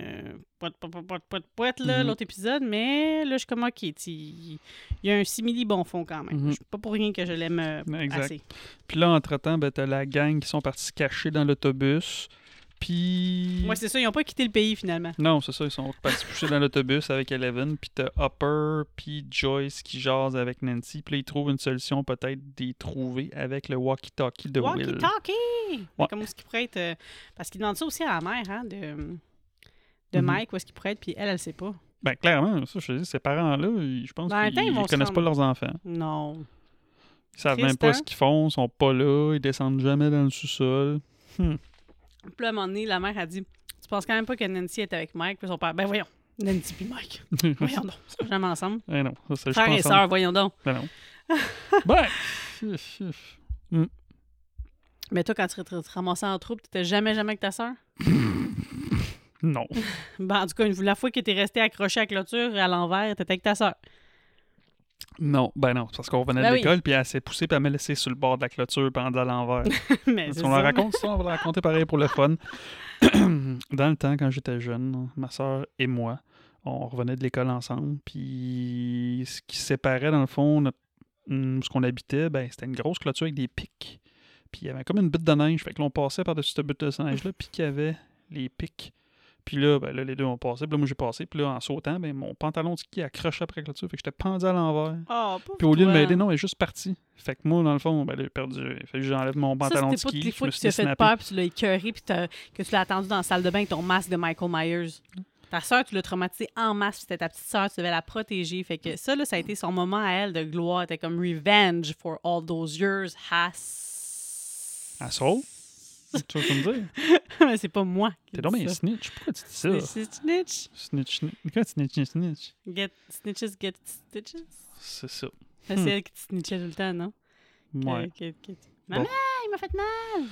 Speaker 1: poète, poète, poète, poète, poète, là,
Speaker 2: Mhm.
Speaker 1: l'autre épisode, mais là, je suis comme, OK, tu- il y a un simili bon fond quand même.
Speaker 2: Mhm.
Speaker 1: Je- Pas pour rien que je l'aime euh,
Speaker 2: Exact.
Speaker 1: assez.
Speaker 2: Puis là, entre-temps, ben, t'as la gang qui sont partis se cacher dans l'autobus. Puis...
Speaker 1: Ouais, c'est ça, ils n'ont pas quitté le pays finalement.
Speaker 2: non, c'est ça, ils sont partis coucher dans l'autobus avec Eleven, puis t'as Hopper, puis Joyce qui jase avec Nancy, puis là, ils trouvent une solution peut-être d'y trouver avec le walkie-talkie de Will.
Speaker 1: Walkie-talkie! Mais
Speaker 2: Ouais.
Speaker 1: Comme où est-ce qu'il pourrait être. euh, parce qu'il demande ça aussi à la mère, hein, de, de
Speaker 2: Mhm.
Speaker 1: Mike, où est-ce qu'il pourrait être, puis elle, elle sait pas.
Speaker 2: Ben, clairement, ça, je te dis, ces parents-là, ils- je pense
Speaker 1: Ben, attends,
Speaker 2: qu'ils
Speaker 1: ils vont
Speaker 2: ils
Speaker 1: se
Speaker 2: connaissent pas
Speaker 1: rendre-
Speaker 2: leurs enfants.
Speaker 1: Non.
Speaker 2: Ils savent
Speaker 1: Triste,
Speaker 2: même pas
Speaker 1: hein?
Speaker 2: ce qu'ils font, ils sont pas là, ils descendent jamais dans le sous-sol.
Speaker 1: Puis là, à un moment donné, la mère a dit Tu penses quand même pas que Nancy est avec Mike, puis son père. Ben voyons, Nancy puis Mike. Voyons donc, ils sont jamais ensemble.
Speaker 2: Eh non, ça, c'est je
Speaker 1: Frère et
Speaker 2: pense.
Speaker 1: sœur, voyons donc.
Speaker 2: Ben non. ben, chif, chif.
Speaker 1: Mais toi, quand tu te te ramassais en troupe, t'étais jamais, jamais avec ta sœur?
Speaker 2: non.
Speaker 1: Ben, en tout cas, une- la fois que t'es resté accroché à la clôture, à l'envers, t'étais avec ta sœur.
Speaker 2: Non, ben non, c'est parce qu'on venait
Speaker 1: Ben
Speaker 2: de
Speaker 1: oui.
Speaker 2: l'école, puis elle s'est poussée, puis elle m'a laissé sur le bord de la clôture, puis elle dit à l'envers.
Speaker 1: Mais
Speaker 2: Si
Speaker 1: c'est
Speaker 2: on la
Speaker 1: ça.
Speaker 2: raconte, ça, on va la raconter pareil pour le fun. Dans le temps, quand j'étais jeune, ma soeur et moi, on revenait de l'école ensemble. Puis ce qui séparait, dans le fond, notre- hum, ce qu'on habitait, ben, c'était une grosse clôture avec des pics. Puis il y avait comme une butte de neige. Fait que l'on passait par-dessus cette butte de neige-là, puis qu'il y avait les pics. Puis là, ben, là, les deux ont passé. Puis là, moi, j'ai passé. Puis là, en sautant, ben, mon pantalon de ski a accroché après la clôture. Fait que j'étais pendu à l'envers.
Speaker 1: Oh, pauvre
Speaker 2: Puis au lieu de
Speaker 1: toi.
Speaker 2: m'aider, non, elle est juste partie. Fait que moi, dans le fond, ben, j'ai perdu. Fait que j'enlève mon
Speaker 1: Ça,
Speaker 2: pantalon de
Speaker 1: c'était pas
Speaker 2: ski.
Speaker 1: toutes les
Speaker 2: je
Speaker 1: fois
Speaker 2: me
Speaker 1: que tu
Speaker 2: suis
Speaker 1: t'es fait
Speaker 2: snapper.
Speaker 1: peur, puis tu l'as écœuré, puis t'as- que tu l'as attendu dans la salle de bain avec ton masque de Michael Myers. Ta soeur, tu l'as traumatisée en masse, puis c'était ta petite soeur, tu devais la protéger. Fait que ça, là, ça a été son moment à elle de gloire. C'était comme revenge for all those years. Has.
Speaker 2: Asshole? Tu veux me dire?
Speaker 1: Mais c'est pas moi. qui
Speaker 2: T'es
Speaker 1: dis
Speaker 2: donc bien
Speaker 1: ça.
Speaker 2: snitch. Pourquoi tu dis ça?
Speaker 1: C'est- C'est snitch.
Speaker 2: Snitch, snitch. Pourquoi tu snitch, snitch, snitch?
Speaker 1: Get snitches, get stitches.
Speaker 2: C'est
Speaker 1: Euh,
Speaker 2: ça.
Speaker 1: Mais
Speaker 2: Hmm.
Speaker 1: C'est elle qui te snitchait tout le temps, non? Euh, Que-
Speaker 2: Ouais.
Speaker 1: que- que- Maman,
Speaker 2: Bon.
Speaker 1: il m'a fait mal!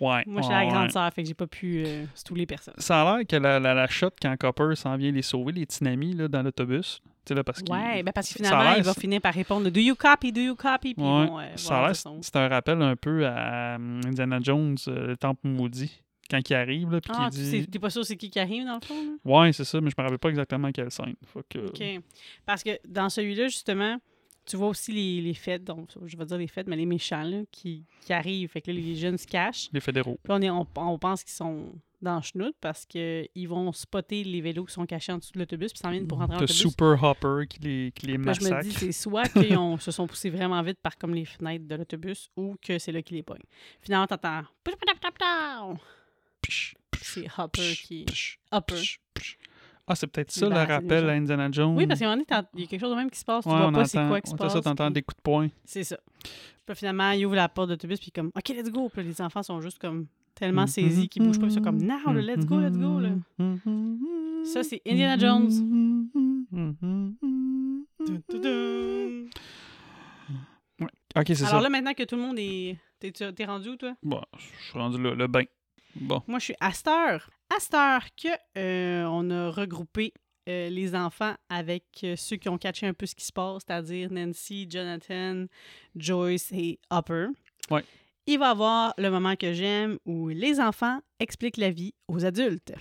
Speaker 2: Ouais.
Speaker 1: Moi, je
Speaker 2: ouais,
Speaker 1: suis la grande
Speaker 2: ouais.
Speaker 1: sœur, fait que j'ai pas pu euh, stouler personne.
Speaker 2: Ça a l'air que la, la, la shot quand Copper s'en vient les sauver, les tsunamis, là, dans l'autobus. Tu sais, là, parce que.
Speaker 1: Ouais, ben parce que
Speaker 2: ça- ça a
Speaker 1: finalement,
Speaker 2: l'air-
Speaker 1: il va finir par répondre Do you copy? Do you copy? Puis ils
Speaker 2: Ouais,
Speaker 1: vont, euh,
Speaker 2: ça
Speaker 1: voir
Speaker 2: a l'air,
Speaker 1: de son-
Speaker 2: c'est un rappel un peu à euh, Indiana Jones, euh, le temple maudit. Quand il arrive, là, puis
Speaker 1: Ah,
Speaker 2: qu'il
Speaker 1: tu
Speaker 2: dit.
Speaker 1: sais- t'es pas sûr c'est qui qui arrive dans le fond? là?
Speaker 2: Ouais, c'est ça, mais je me rappelle pas exactement quelle scène. euh, Fait que-
Speaker 1: OK. Parce que dans celui-là, justement, tu vois aussi les, les fêtes, donc je vais dire les fêtes, mais les méchants là, qui, qui arrivent. Fait que là, les jeunes se cachent.
Speaker 2: Les fédéraux.
Speaker 1: Puis on, est, on, on pense qu'ils sont dans le chenoute parce qu'ils vont spotter les vélos qui sont cachés en dessous de l'autobus puis s'en viennent pour rentrer en
Speaker 2: T'as
Speaker 1: l'autobus.
Speaker 2: Super Hopper qui les, qui les
Speaker 1: Puis là, je me dis,
Speaker 2: massacre.
Speaker 1: c'est soit qu'ils ont- se sont poussés vraiment vite par comme les fenêtres de l'autobus ou que c'est là qu'ils les pognent. Finalement, t'entends
Speaker 2: Psh,
Speaker 1: C'est Hopper
Speaker 2: psh,
Speaker 1: qui.
Speaker 2: psh.
Speaker 1: Hopper.
Speaker 2: Psh, psh. Ah, c'est peut-être
Speaker 1: Il
Speaker 2: ça le
Speaker 1: débarrasse les
Speaker 2: rappel
Speaker 1: gens.
Speaker 2: à Indiana Jones.
Speaker 1: Oui, parce qu'à un moment donné, t'en- il y a quelque chose de même qui se passe, tu
Speaker 2: Ouais,
Speaker 1: vois
Speaker 2: on
Speaker 1: pas c'est
Speaker 2: entend-
Speaker 1: quoi qui se
Speaker 2: on-
Speaker 1: passe.
Speaker 2: C'est ça, t'entends
Speaker 1: puis-
Speaker 2: des coups de poing.
Speaker 1: C'est ça. Puis finalement, il ouvre la porte de l'autobus, puis comme, OK, let's go. Puis les enfants sont juste comme tellement saisis qu'ils bougent pas, puis ils sont comme, now, là, Ah, let's go, let's go. Là.
Speaker 2: Mm-hmm.
Speaker 1: Ça, c'est Indiana Jones. Tudum.
Speaker 2: Mm-hmm. Ok, c'est ça.
Speaker 1: Alors là, maintenant que tout le monde est. T'es, tu- t'es rendu où, toi?
Speaker 2: Bon, je suis rendu là, le bain. Bon.
Speaker 1: Moi, je suis à cette heure. À cette heure que, euh, on a regroupé euh, les enfants avec euh, ceux qui ont catché un peu ce qui se passe, c'est-à-dire Nancy, Jonathan, Joyce et Hopper.
Speaker 2: Ouais.
Speaker 1: Il va avoir le moment que j'aime où les enfants expliquent la vie aux adultes.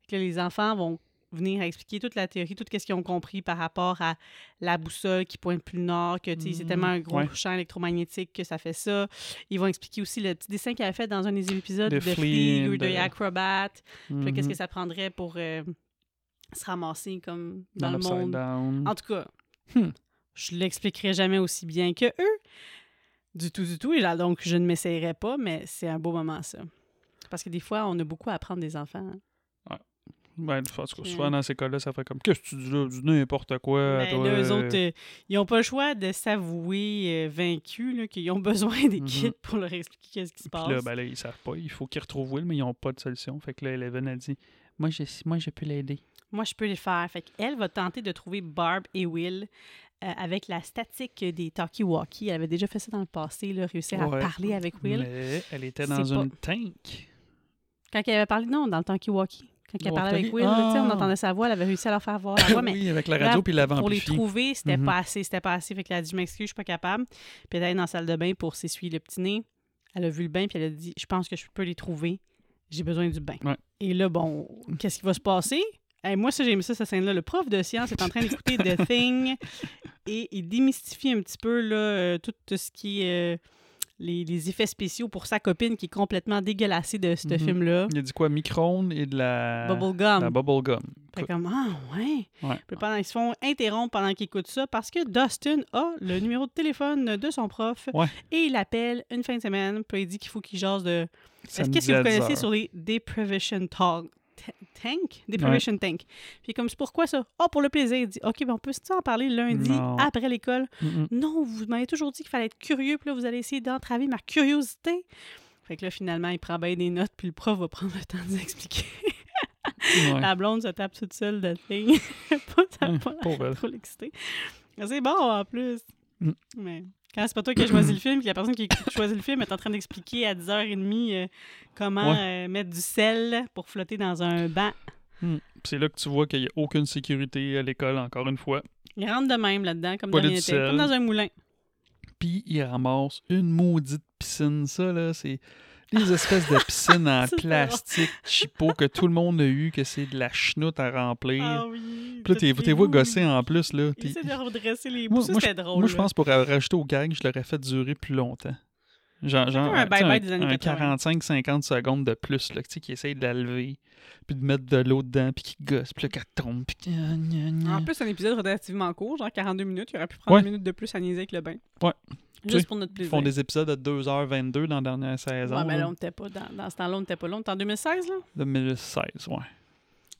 Speaker 1: Fait que là, les enfants vont venir expliquer toute la théorie, tout ce qu'ils ont compris par rapport à la boussole qui pointe plus nord, que tu sais, c'est
Speaker 2: Mhm.
Speaker 1: tellement un gros
Speaker 2: Ouais.
Speaker 1: champ électromagnétique que ça fait ça. Ils vont expliquer aussi le petit dessin qu'il avait fait dans un des épisodes
Speaker 2: De
Speaker 1: de
Speaker 2: Flea, ben,
Speaker 1: Flea ou de
Speaker 2: de-
Speaker 1: Acrobat. Puis là, Qu'est-ce que
Speaker 2: Mhm.
Speaker 1: ça prendrait pour euh, se ramasser comme dans,
Speaker 2: Mm-hmm. Dans
Speaker 1: le
Speaker 2: l'Upside
Speaker 1: monde?
Speaker 2: Down.
Speaker 1: En tout cas,
Speaker 2: Hmm.
Speaker 1: je l'expliquerai jamais aussi bien que eux. Du tout, du tout. Et là, donc, je ne m'essayerai pas, mais c'est un beau moment, ça. Parce que des fois, on a beaucoup à apprendre des enfants. hein.
Speaker 2: Ben, en tout cas,
Speaker 1: Ouais.
Speaker 2: souvent dans ces cas-là, ça fait comme Qu'est-ce que tu dis là Du n'importe quoi.
Speaker 1: Ben,
Speaker 2: toi,
Speaker 1: là, eux
Speaker 2: euh,
Speaker 1: autres, euh, ils n'ont pas le choix de s'avouer euh, vaincus, là, qu'ils ont besoin des
Speaker 2: Mhm.
Speaker 1: kits pour leur expliquer ce qui se
Speaker 2: Puis
Speaker 1: passe.
Speaker 2: là, ben là, ils savent pas. Il faut qu'ils retrouvent Will, mais ils n'ont pas de solution. Fait que là, Eleven a dit Moi, je, moi, je peux l'aider.
Speaker 1: Moi, je peux les faire. Fait elle va tenter de trouver Barb et Will euh, avec la statique des talkie-walkie. Elle avait déjà fait ça dans le passé, là, réussir à
Speaker 2: Ouais.
Speaker 1: parler avec Will.
Speaker 2: Mais elle était
Speaker 1: C'est
Speaker 2: dans
Speaker 1: pas-
Speaker 2: une tank.
Speaker 1: Quand elle avait parlé, non, dans le talkie-walkie. Quand elle parlait avec
Speaker 2: Walkie-talkie?
Speaker 1: Will, là, tu sais, on
Speaker 2: Ah!
Speaker 1: entendait sa voix, elle avait réussi à leur faire voir la voix, Ah mais
Speaker 2: oui, avec la
Speaker 1: là,
Speaker 2: radio, puis l'avant
Speaker 1: pour les
Speaker 2: amplifié.
Speaker 1: trouver, c'était
Speaker 2: Mhm.
Speaker 1: pas assez, c'était pas assez. Fait qu'elle a dit, je m'excuse, je suis pas capable. Puis elle est allée dans la salle de bain pour s'essuyer le petit nez. Elle a vu le bain, puis elle a dit, je pense que je peux les trouver. J'ai besoin du bain.
Speaker 2: Ouais.
Speaker 1: Et là, bon, qu'est-ce qui va se passer? Hey, moi, ça, j'ai aimé ça, cette scène-là. Le prof de science est en train d'écouter The Thing et il démystifie un petit peu là, euh, tout ce qui est euh, les, les effets spéciaux pour sa copine qui est complètement dégueulassée de ce
Speaker 2: Mhm.
Speaker 1: film-là.
Speaker 2: Il a dit quoi Micron et de la. de la
Speaker 1: Bubblegum.
Speaker 2: bubblegum.
Speaker 1: Fait comme, ah, ouais.
Speaker 2: Ouais.
Speaker 1: Puis pendant, ils se font interrompre pendant qu'ils écoutent ça parce que Dustin a le numéro de téléphone de son prof
Speaker 2: Ouais.
Speaker 1: et il appelle une fin de semaine. Puis il dit qu'il faut qu'il jase de. Est-ce-
Speaker 2: Samedi
Speaker 1: Qu'est-ce que
Speaker 2: à
Speaker 1: vous
Speaker 2: 10
Speaker 1: connaissez
Speaker 2: heures.
Speaker 1: sur les deprivation talk? ta- Tank? Deprivation tank. Puis comme, c'est pourquoi ça? Oh, pour le plaisir. Il dit, OK, ben on peut en parler lundi
Speaker 2: Non.
Speaker 1: après l'école?
Speaker 2: Mm, mm.
Speaker 1: Non, vous m'avez toujours dit qu'il fallait être curieux, puis là, vous allez essayer d'entraver ma curiosité. Fait que là, finalement, il prend bien des notes, puis le prof va prendre le temps de nous expliquer.
Speaker 2: mm, Ouais.
Speaker 1: La blonde se tape toute seule de thing. pas ça
Speaker 2: Ouais,
Speaker 1: pas l'air
Speaker 2: pauvre elle.
Speaker 1: trop l'excité. C'est bon en plus.
Speaker 2: Mm.
Speaker 1: Mais quand c'est pas toi qui as choisi le film, puis la personne qui a choisi le film est en train d'expliquer à 10h30 euh, comment euh, mettre du sel pour flotter dans un banc.
Speaker 2: Puis C'est là que tu vois qu'il n'y a aucune sécurité à l'école, encore une fois.
Speaker 1: Il rentre de même là-dedans, comme,
Speaker 2: Pas
Speaker 1: dans
Speaker 2: de
Speaker 1: l'été,
Speaker 2: sel.
Speaker 1: comme dans un moulin.
Speaker 2: Puis ils ramassent une maudite piscine. Ça, là, c'est des espèces de piscines en
Speaker 1: Ça, c'est
Speaker 2: plastique chipot que tout le monde a eu, que c'est de la chenoute à remplir.
Speaker 1: Ah oui.
Speaker 2: Puis là,
Speaker 1: tout
Speaker 2: t'es-
Speaker 1: est
Speaker 2: t'es vois
Speaker 1: mou.
Speaker 2: gosser en plus, là.
Speaker 1: Il
Speaker 2: T'es-
Speaker 1: essaie de redresser les
Speaker 2: Moi-
Speaker 1: bouts. Ça,
Speaker 2: moi,
Speaker 1: c'était drôle.
Speaker 2: Moi, je
Speaker 1: là.
Speaker 2: pense, pour rajouter au gag, je l'aurais fait durer plus longtemps. Genre, genre
Speaker 1: un
Speaker 2: tu sais,
Speaker 1: bye-bye des années
Speaker 2: un
Speaker 1: 80.
Speaker 2: 45-50 secondes de plus, là, tu sais, qui essaye de la lever, puis de mettre de l'eau dedans, puis qui gosse, puis là, qu'elle tombe, puis que- gna, gna, gna.
Speaker 1: En plus, c'est un épisode relativement court, genre 42 minutes. Il aurait pu prendre
Speaker 2: Ouais.
Speaker 1: une minute de plus à niaiser avec le bain.
Speaker 2: Ouais. Tu sais,
Speaker 1: Juste pour notre
Speaker 2: Ils
Speaker 1: plaisir.
Speaker 2: font des épisodes de 2h22 dans la dernière saison,
Speaker 1: Ouais, mais
Speaker 2: là,
Speaker 1: là, on n'était pas dans, dans ce temps-là, on n'était pas là. On était en 2016, là.
Speaker 2: 2016, ouais.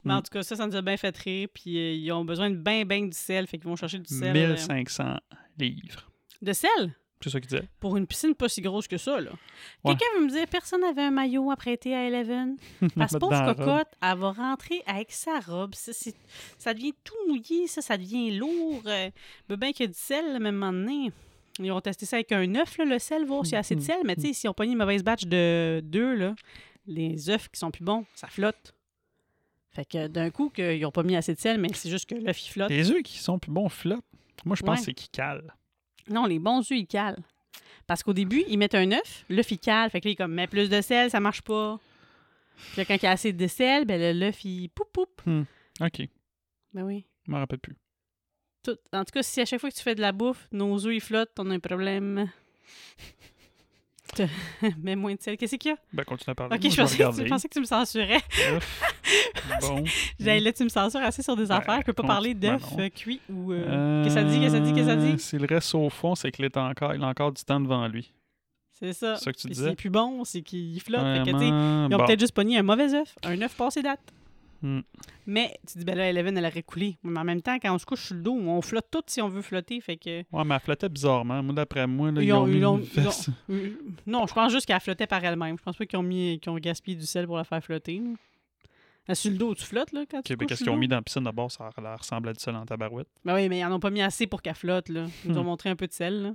Speaker 1: Mais
Speaker 2: Mm.
Speaker 1: en tout cas, ça, ça nous a bien fait rire. Puis euh, ils ont besoin de ben, ben du sel. Fait qu'ils vont chercher du sel. euh,
Speaker 2: 1500 livres.
Speaker 1: de sel?
Speaker 2: C'est ça qu'il disait.
Speaker 1: Pour une piscine pas si grosse que ça, là.
Speaker 2: Ouais.
Speaker 1: Quelqu'un veut me dire, personne n'avait un maillot à prêter à Eleven? Parce que
Speaker 2: Mettre dans
Speaker 1: pauvre
Speaker 2: la robe.
Speaker 1: cocotte, elle va rentrer avec sa robe. Ça, c'est- ça devient tout mouillé, ça, ça devient lourd. Euh, ben, ben qu'il y a du sel, le même moment donné. Ils ont testé ça avec un œuf, là, le sel,
Speaker 2: Hum,
Speaker 1: voir s'il y a assez de sel. Mais tu sais, s'ils ont pogné une mauvaise batch de deux, là, les œufs qui sont plus bons, ça flotte. Fait que d'un coup, que ils n'ont pas mis assez de sel, mais c'est juste que l'œuf, il flotte.
Speaker 2: Les œufs qui sont plus bons flottent. Moi, je pense
Speaker 1: Ouais.
Speaker 2: que c'est qu'ils calent.
Speaker 1: Non, les bons œufs, ils calent. Parce qu'au début, ils mettent un œuf, l'œuf, il cale. Fait que là, ils comme, mets plus de sel, ça marche pas. Puis là, quand il y a assez de sel, ben, le- l'œuf, il poup poup.
Speaker 2: OK, je
Speaker 1: Ben oui.
Speaker 2: m'en rappelle plus.
Speaker 1: Tout- En tout cas, si à chaque fois que tu fais de la bouffe, nos œufs ils flottent, on a un problème. Te- Mets moins de sel. Qu'est-ce qu'il y a?
Speaker 2: Ben, continue à parler.
Speaker 1: Ok,
Speaker 2: Moi,
Speaker 1: je
Speaker 2: vais
Speaker 1: pensais, que tu,
Speaker 2: regarder.
Speaker 1: je pensais que tu me censurais.
Speaker 2: Ouf. bon.
Speaker 1: J'allais là, tu me censures assez sur des
Speaker 2: Ben,
Speaker 1: affaires. Je peux pas
Speaker 2: con-
Speaker 1: parler
Speaker 2: ben
Speaker 1: d'œufs
Speaker 2: non.
Speaker 1: euh, cuits ou. euh, Qu'est-ce que ça dit? Qu'est-ce que ça dit? Qu'est-ce que ça
Speaker 2: Euh,
Speaker 1: dit?
Speaker 2: S'il reste au fond, c'est qu'il est encore, il a encore du temps devant lui.
Speaker 1: C'est ça.
Speaker 2: c'est ça que tu
Speaker 1: Puis
Speaker 2: disais?
Speaker 1: C'est plus bon, c'est qu'ils flottent. Fait que, tu sais,
Speaker 2: Vraiment,
Speaker 1: ils ont
Speaker 2: bon.
Speaker 1: peut-être juste pogné un mauvais œuf, un œuf passé date.
Speaker 2: Hmm.
Speaker 1: Mais tu dis, ben là, Eleven, elle aurait coulé. Mais en même temps, quand on se couche sur le dos, on flotte tout si on veut flotter. Fait que.
Speaker 2: Ouais, mais elle flottait bizarrement. Moi, d'après moi, là,
Speaker 1: Ils
Speaker 2: ils,
Speaker 1: ont-
Speaker 2: ont, mis
Speaker 1: ils ont-
Speaker 2: une
Speaker 1: ils ont-
Speaker 2: veste.
Speaker 1: Euh, Non, je pense juste qu'elle flottait par elle-même. Je pense pas qu'ils ont, mis, qu'ils ont gaspillé du sel pour la faire flotter. là. Là, sur le dos, tu flottes, là, quand tu
Speaker 2: Ok, ben,
Speaker 1: couches
Speaker 2: Qu'est-ce
Speaker 1: sur
Speaker 2: qu'ils
Speaker 1: le
Speaker 2: ont
Speaker 1: dos?
Speaker 2: mis dans la piscine d'abord? Ça leur ressemble à du sol en tabarouette.
Speaker 1: Ben oui, mais ils en ont pas mis assez pour qu'elle flotte, là. Ils nous ont
Speaker 2: Hmm.
Speaker 1: montré un peu de sel, là.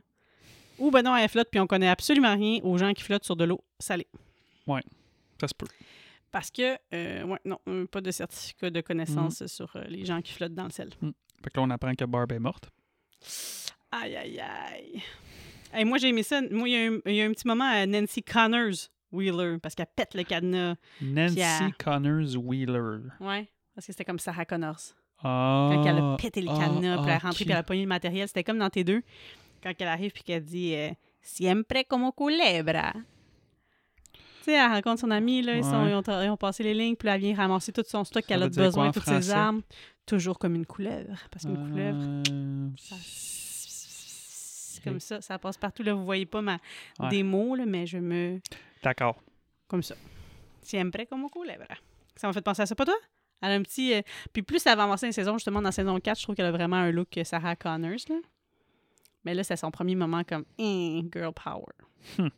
Speaker 1: Ou ben non, elle flotte, puis on connaît absolument rien aux gens qui flottent sur de l'eau salée.
Speaker 2: Ça se peut.
Speaker 1: Parce que, euh, ouais, non, euh, pas de certificat de connaissance
Speaker 2: Hmm.
Speaker 1: sur euh, les gens qui flottent dans le sel.
Speaker 2: Fait que là, on apprend que Barb est morte.
Speaker 1: Aïe, aïe, aïe. Hey, moi, j'ai aimé ça. Moi, il y, a un- il y a un petit moment à Nancy Connors Wheeler, parce qu'elle pète le cadenas.
Speaker 2: Nancy
Speaker 1: Pierre.
Speaker 2: Connors Wheeler.
Speaker 1: Ouais. Parce que c'était comme Sarah Connors.
Speaker 2: Ah.
Speaker 1: Quand elle a pété le
Speaker 2: ah,
Speaker 1: cadenas, puis elle est
Speaker 2: ok.
Speaker 1: rentrée, puis elle a pogné le matériel. C'était comme dans tes deux. Quand elle arrive, puis qu'elle dit euh, Siempre como culebra. Tu sais, elle rencontre son amie, là, ils, sont-
Speaker 2: Ouais.
Speaker 1: ils ont, ils ont passé les lignes, puis là, elle vient ramasser tout son stock qu'elle
Speaker 2: veut
Speaker 1: a
Speaker 2: dire quoi
Speaker 1: besoin,
Speaker 2: en
Speaker 1: toutes ses
Speaker 2: français?
Speaker 1: armes. Toujours comme une couleuvre. Parce qu'une couleuvre,
Speaker 2: Euh,
Speaker 1: C'est comme ça, ça passe partout. Là, vous voyez pas ma
Speaker 2: Ouais.
Speaker 1: des mots, là, mais je me.
Speaker 2: D'accord.
Speaker 1: Comme ça. Siempre como culebra. Ça m'a fait penser à ça, pas toi? Elle a un petit. euh, Puis plus elle va avancer dans la saison, justement, dans saison 4, je trouve qu'elle a vraiment un look euh, Sarah Connors, là. Mais là, c'est son premier moment comme Hein, girl power.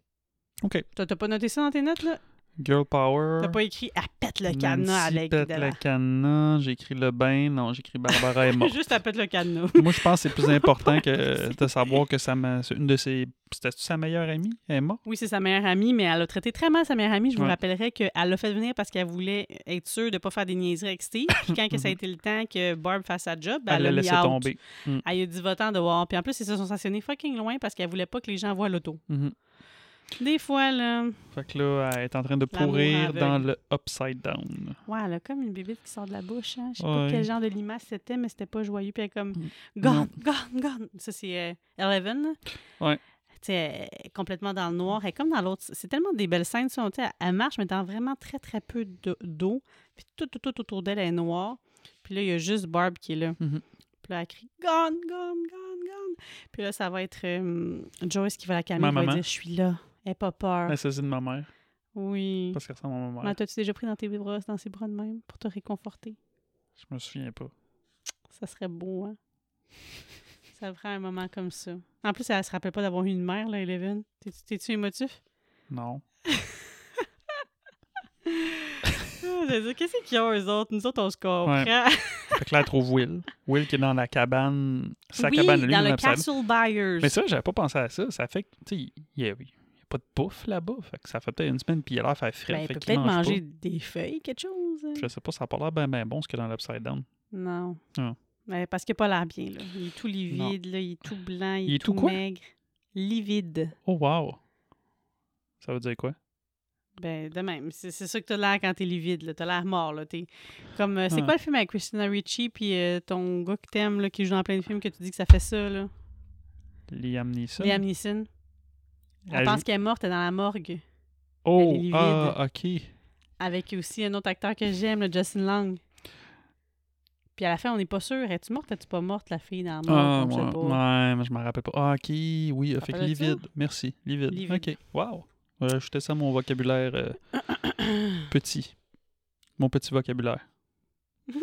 Speaker 2: OK.
Speaker 1: T'as t'as pas noté ça dans tes notes, là?
Speaker 2: Girl Power.
Speaker 1: T'as pas écrit Elle pète le
Speaker 2: Nancy
Speaker 1: cadenas avec.
Speaker 2: pète
Speaker 1: de
Speaker 2: le
Speaker 1: la-
Speaker 2: cadenas. J'écris le bain. Non, j'écris Barbara est morte.
Speaker 1: Juste elle pète le cadenas.
Speaker 2: Moi, je pense que c'est plus important que de savoir que ça m'a- c'est une de ses. C'était sa meilleure amie? Elle est morte?
Speaker 1: Oui, c'est sa meilleure amie, mais elle a traité très mal sa meilleure amie. Je vous
Speaker 2: Ouais.
Speaker 1: rappellerai qu'elle l'a fait venir parce qu'elle voulait être sûre de ne pas faire des niaiseries avec Steve. Puis quand que ça a été le temps que Barb fasse sa job, ben,
Speaker 2: Mhm. elle
Speaker 1: elle
Speaker 2: l'a
Speaker 1: l'a
Speaker 2: laissé
Speaker 1: mis out.
Speaker 2: tomber.
Speaker 1: Elle Ah, a dit votant de voir. Puis en plus, ils se sont stationnés fucking loin parce qu'elle voulait pas que les gens voient l'auto.
Speaker 2: Mhm.
Speaker 1: Des fois, là,
Speaker 2: Fait que là, elle est en train de
Speaker 1: L'amour
Speaker 2: pourrir
Speaker 1: aveugle.
Speaker 2: dans le Upside Down.
Speaker 1: ouais, elle a comme une bébite qui sort de la bouche. Hein. Je sais pas
Speaker 2: Ouais.
Speaker 1: quel genre de limace c'était, mais c'était pas joyeux. Puis elle est comme
Speaker 2: Mm. Non.
Speaker 1: gone, gone, gone. Ça, c'est euh, Eleven. là.
Speaker 2: Ouais.
Speaker 1: Tu sais, elle est complètement dans le noir. Elle est comme dans l'autre. C'est tellement des belles scènes. Ça. Tu sais, Elle, elle marche, mais dans vraiment très, très peu de- d'eau. Puis tout, tout, tout autour d'elle est noir. Puis là, il y a juste Barb qui est là.
Speaker 2: Mhm.
Speaker 1: Puis là, elle crie Gone, gone, gone, gone. Puis là, ça va être euh, Joyce qui va la calmer.
Speaker 2: Ma
Speaker 1: qui va
Speaker 2: maman.
Speaker 1: dire Je suis là. Aie pas peur.
Speaker 2: Elle saisit de ma mère
Speaker 1: Oui.
Speaker 2: parce qu'elle ressemble à ma
Speaker 1: Mais
Speaker 2: mère.
Speaker 1: t'as-tu déjà pris dans tes bras, dans ses bras de même pour te réconforter?
Speaker 2: Je me souviens pas.
Speaker 1: Ça serait beau, hein? Ça prend un moment comme ça. En plus, elle se rappelle pas d'avoir eu une mère, là, Eleven. T'es-tu- T'es-tu émotif?
Speaker 2: Non.
Speaker 1: Ah, je veux dire, Qu'est-ce qu'ils ont, eux autres? Nous autres, on se comprend.
Speaker 2: Fait que là, elle trouve Will. Will qui est dans la cabane. Sa
Speaker 1: oui,
Speaker 2: cabane, lui,
Speaker 1: dans le
Speaker 2: l'Upside Down.
Speaker 1: Castle Buyers.
Speaker 2: Mais ça, j'avais pas pensé à ça. Ça fait que, tu sais, il n'y a, il y a pas de bouffe là-bas. Fait que ça fait peut-être une semaine, puis il a l'air faire frais.
Speaker 1: Ben, il
Speaker 2: fait
Speaker 1: peut
Speaker 2: qu'il
Speaker 1: peut-être
Speaker 2: mange
Speaker 1: manger des feuilles, quelque chose. hein?
Speaker 2: pas. Je sais pas, ça n'a pas l'air bien ben bon ce qu'il y a dans l'Upside Down.
Speaker 1: Non.
Speaker 2: Ah.
Speaker 1: Mais parce qu'il n'a pas l'air bien, là. Il est tout livide, là. Il est tout blanc, il, est tout,
Speaker 2: quoi?
Speaker 1: maigre. Livide.
Speaker 2: Oh, wow! Ça veut dire quoi?
Speaker 1: Ben, de même. C'est c'est ça que t'as l'air quand t'es livide, là. T'as l'air mort, là. T'es comme... euh, c'est
Speaker 2: Ouais.
Speaker 1: quoi le film avec Christina Ricci puis euh, ton gars que t'aimes, là, qui joue dans plein de films, que tu dis que ça fait ça, là?
Speaker 2: Liam Neeson?
Speaker 1: Liam Neeson. Elle
Speaker 2: Elle
Speaker 1: pense
Speaker 2: joue-
Speaker 1: qu'elle est morte, elle est dans la morgue. elle est
Speaker 2: Oh,
Speaker 1: livide.
Speaker 2: ah, ok.
Speaker 1: Avec aussi un autre acteur que j'aime, le Justin Lang. Puis à la fin, on n'est pas sûr. Es-tu morte, es-tu pas morte, la fille dans la
Speaker 2: Ah,
Speaker 1: morgue?
Speaker 2: ouais,
Speaker 1: je sais pas.
Speaker 2: ouais, mais je m'en rappelle pas. Ah, ok, oui, fait que
Speaker 1: Rappelles-tu?
Speaker 2: livide. Merci, livide.
Speaker 1: Livide.
Speaker 2: Ok, wow! Ouais, J'ajoutais ça à mon vocabulaire euh, petit. Mon petit vocabulaire.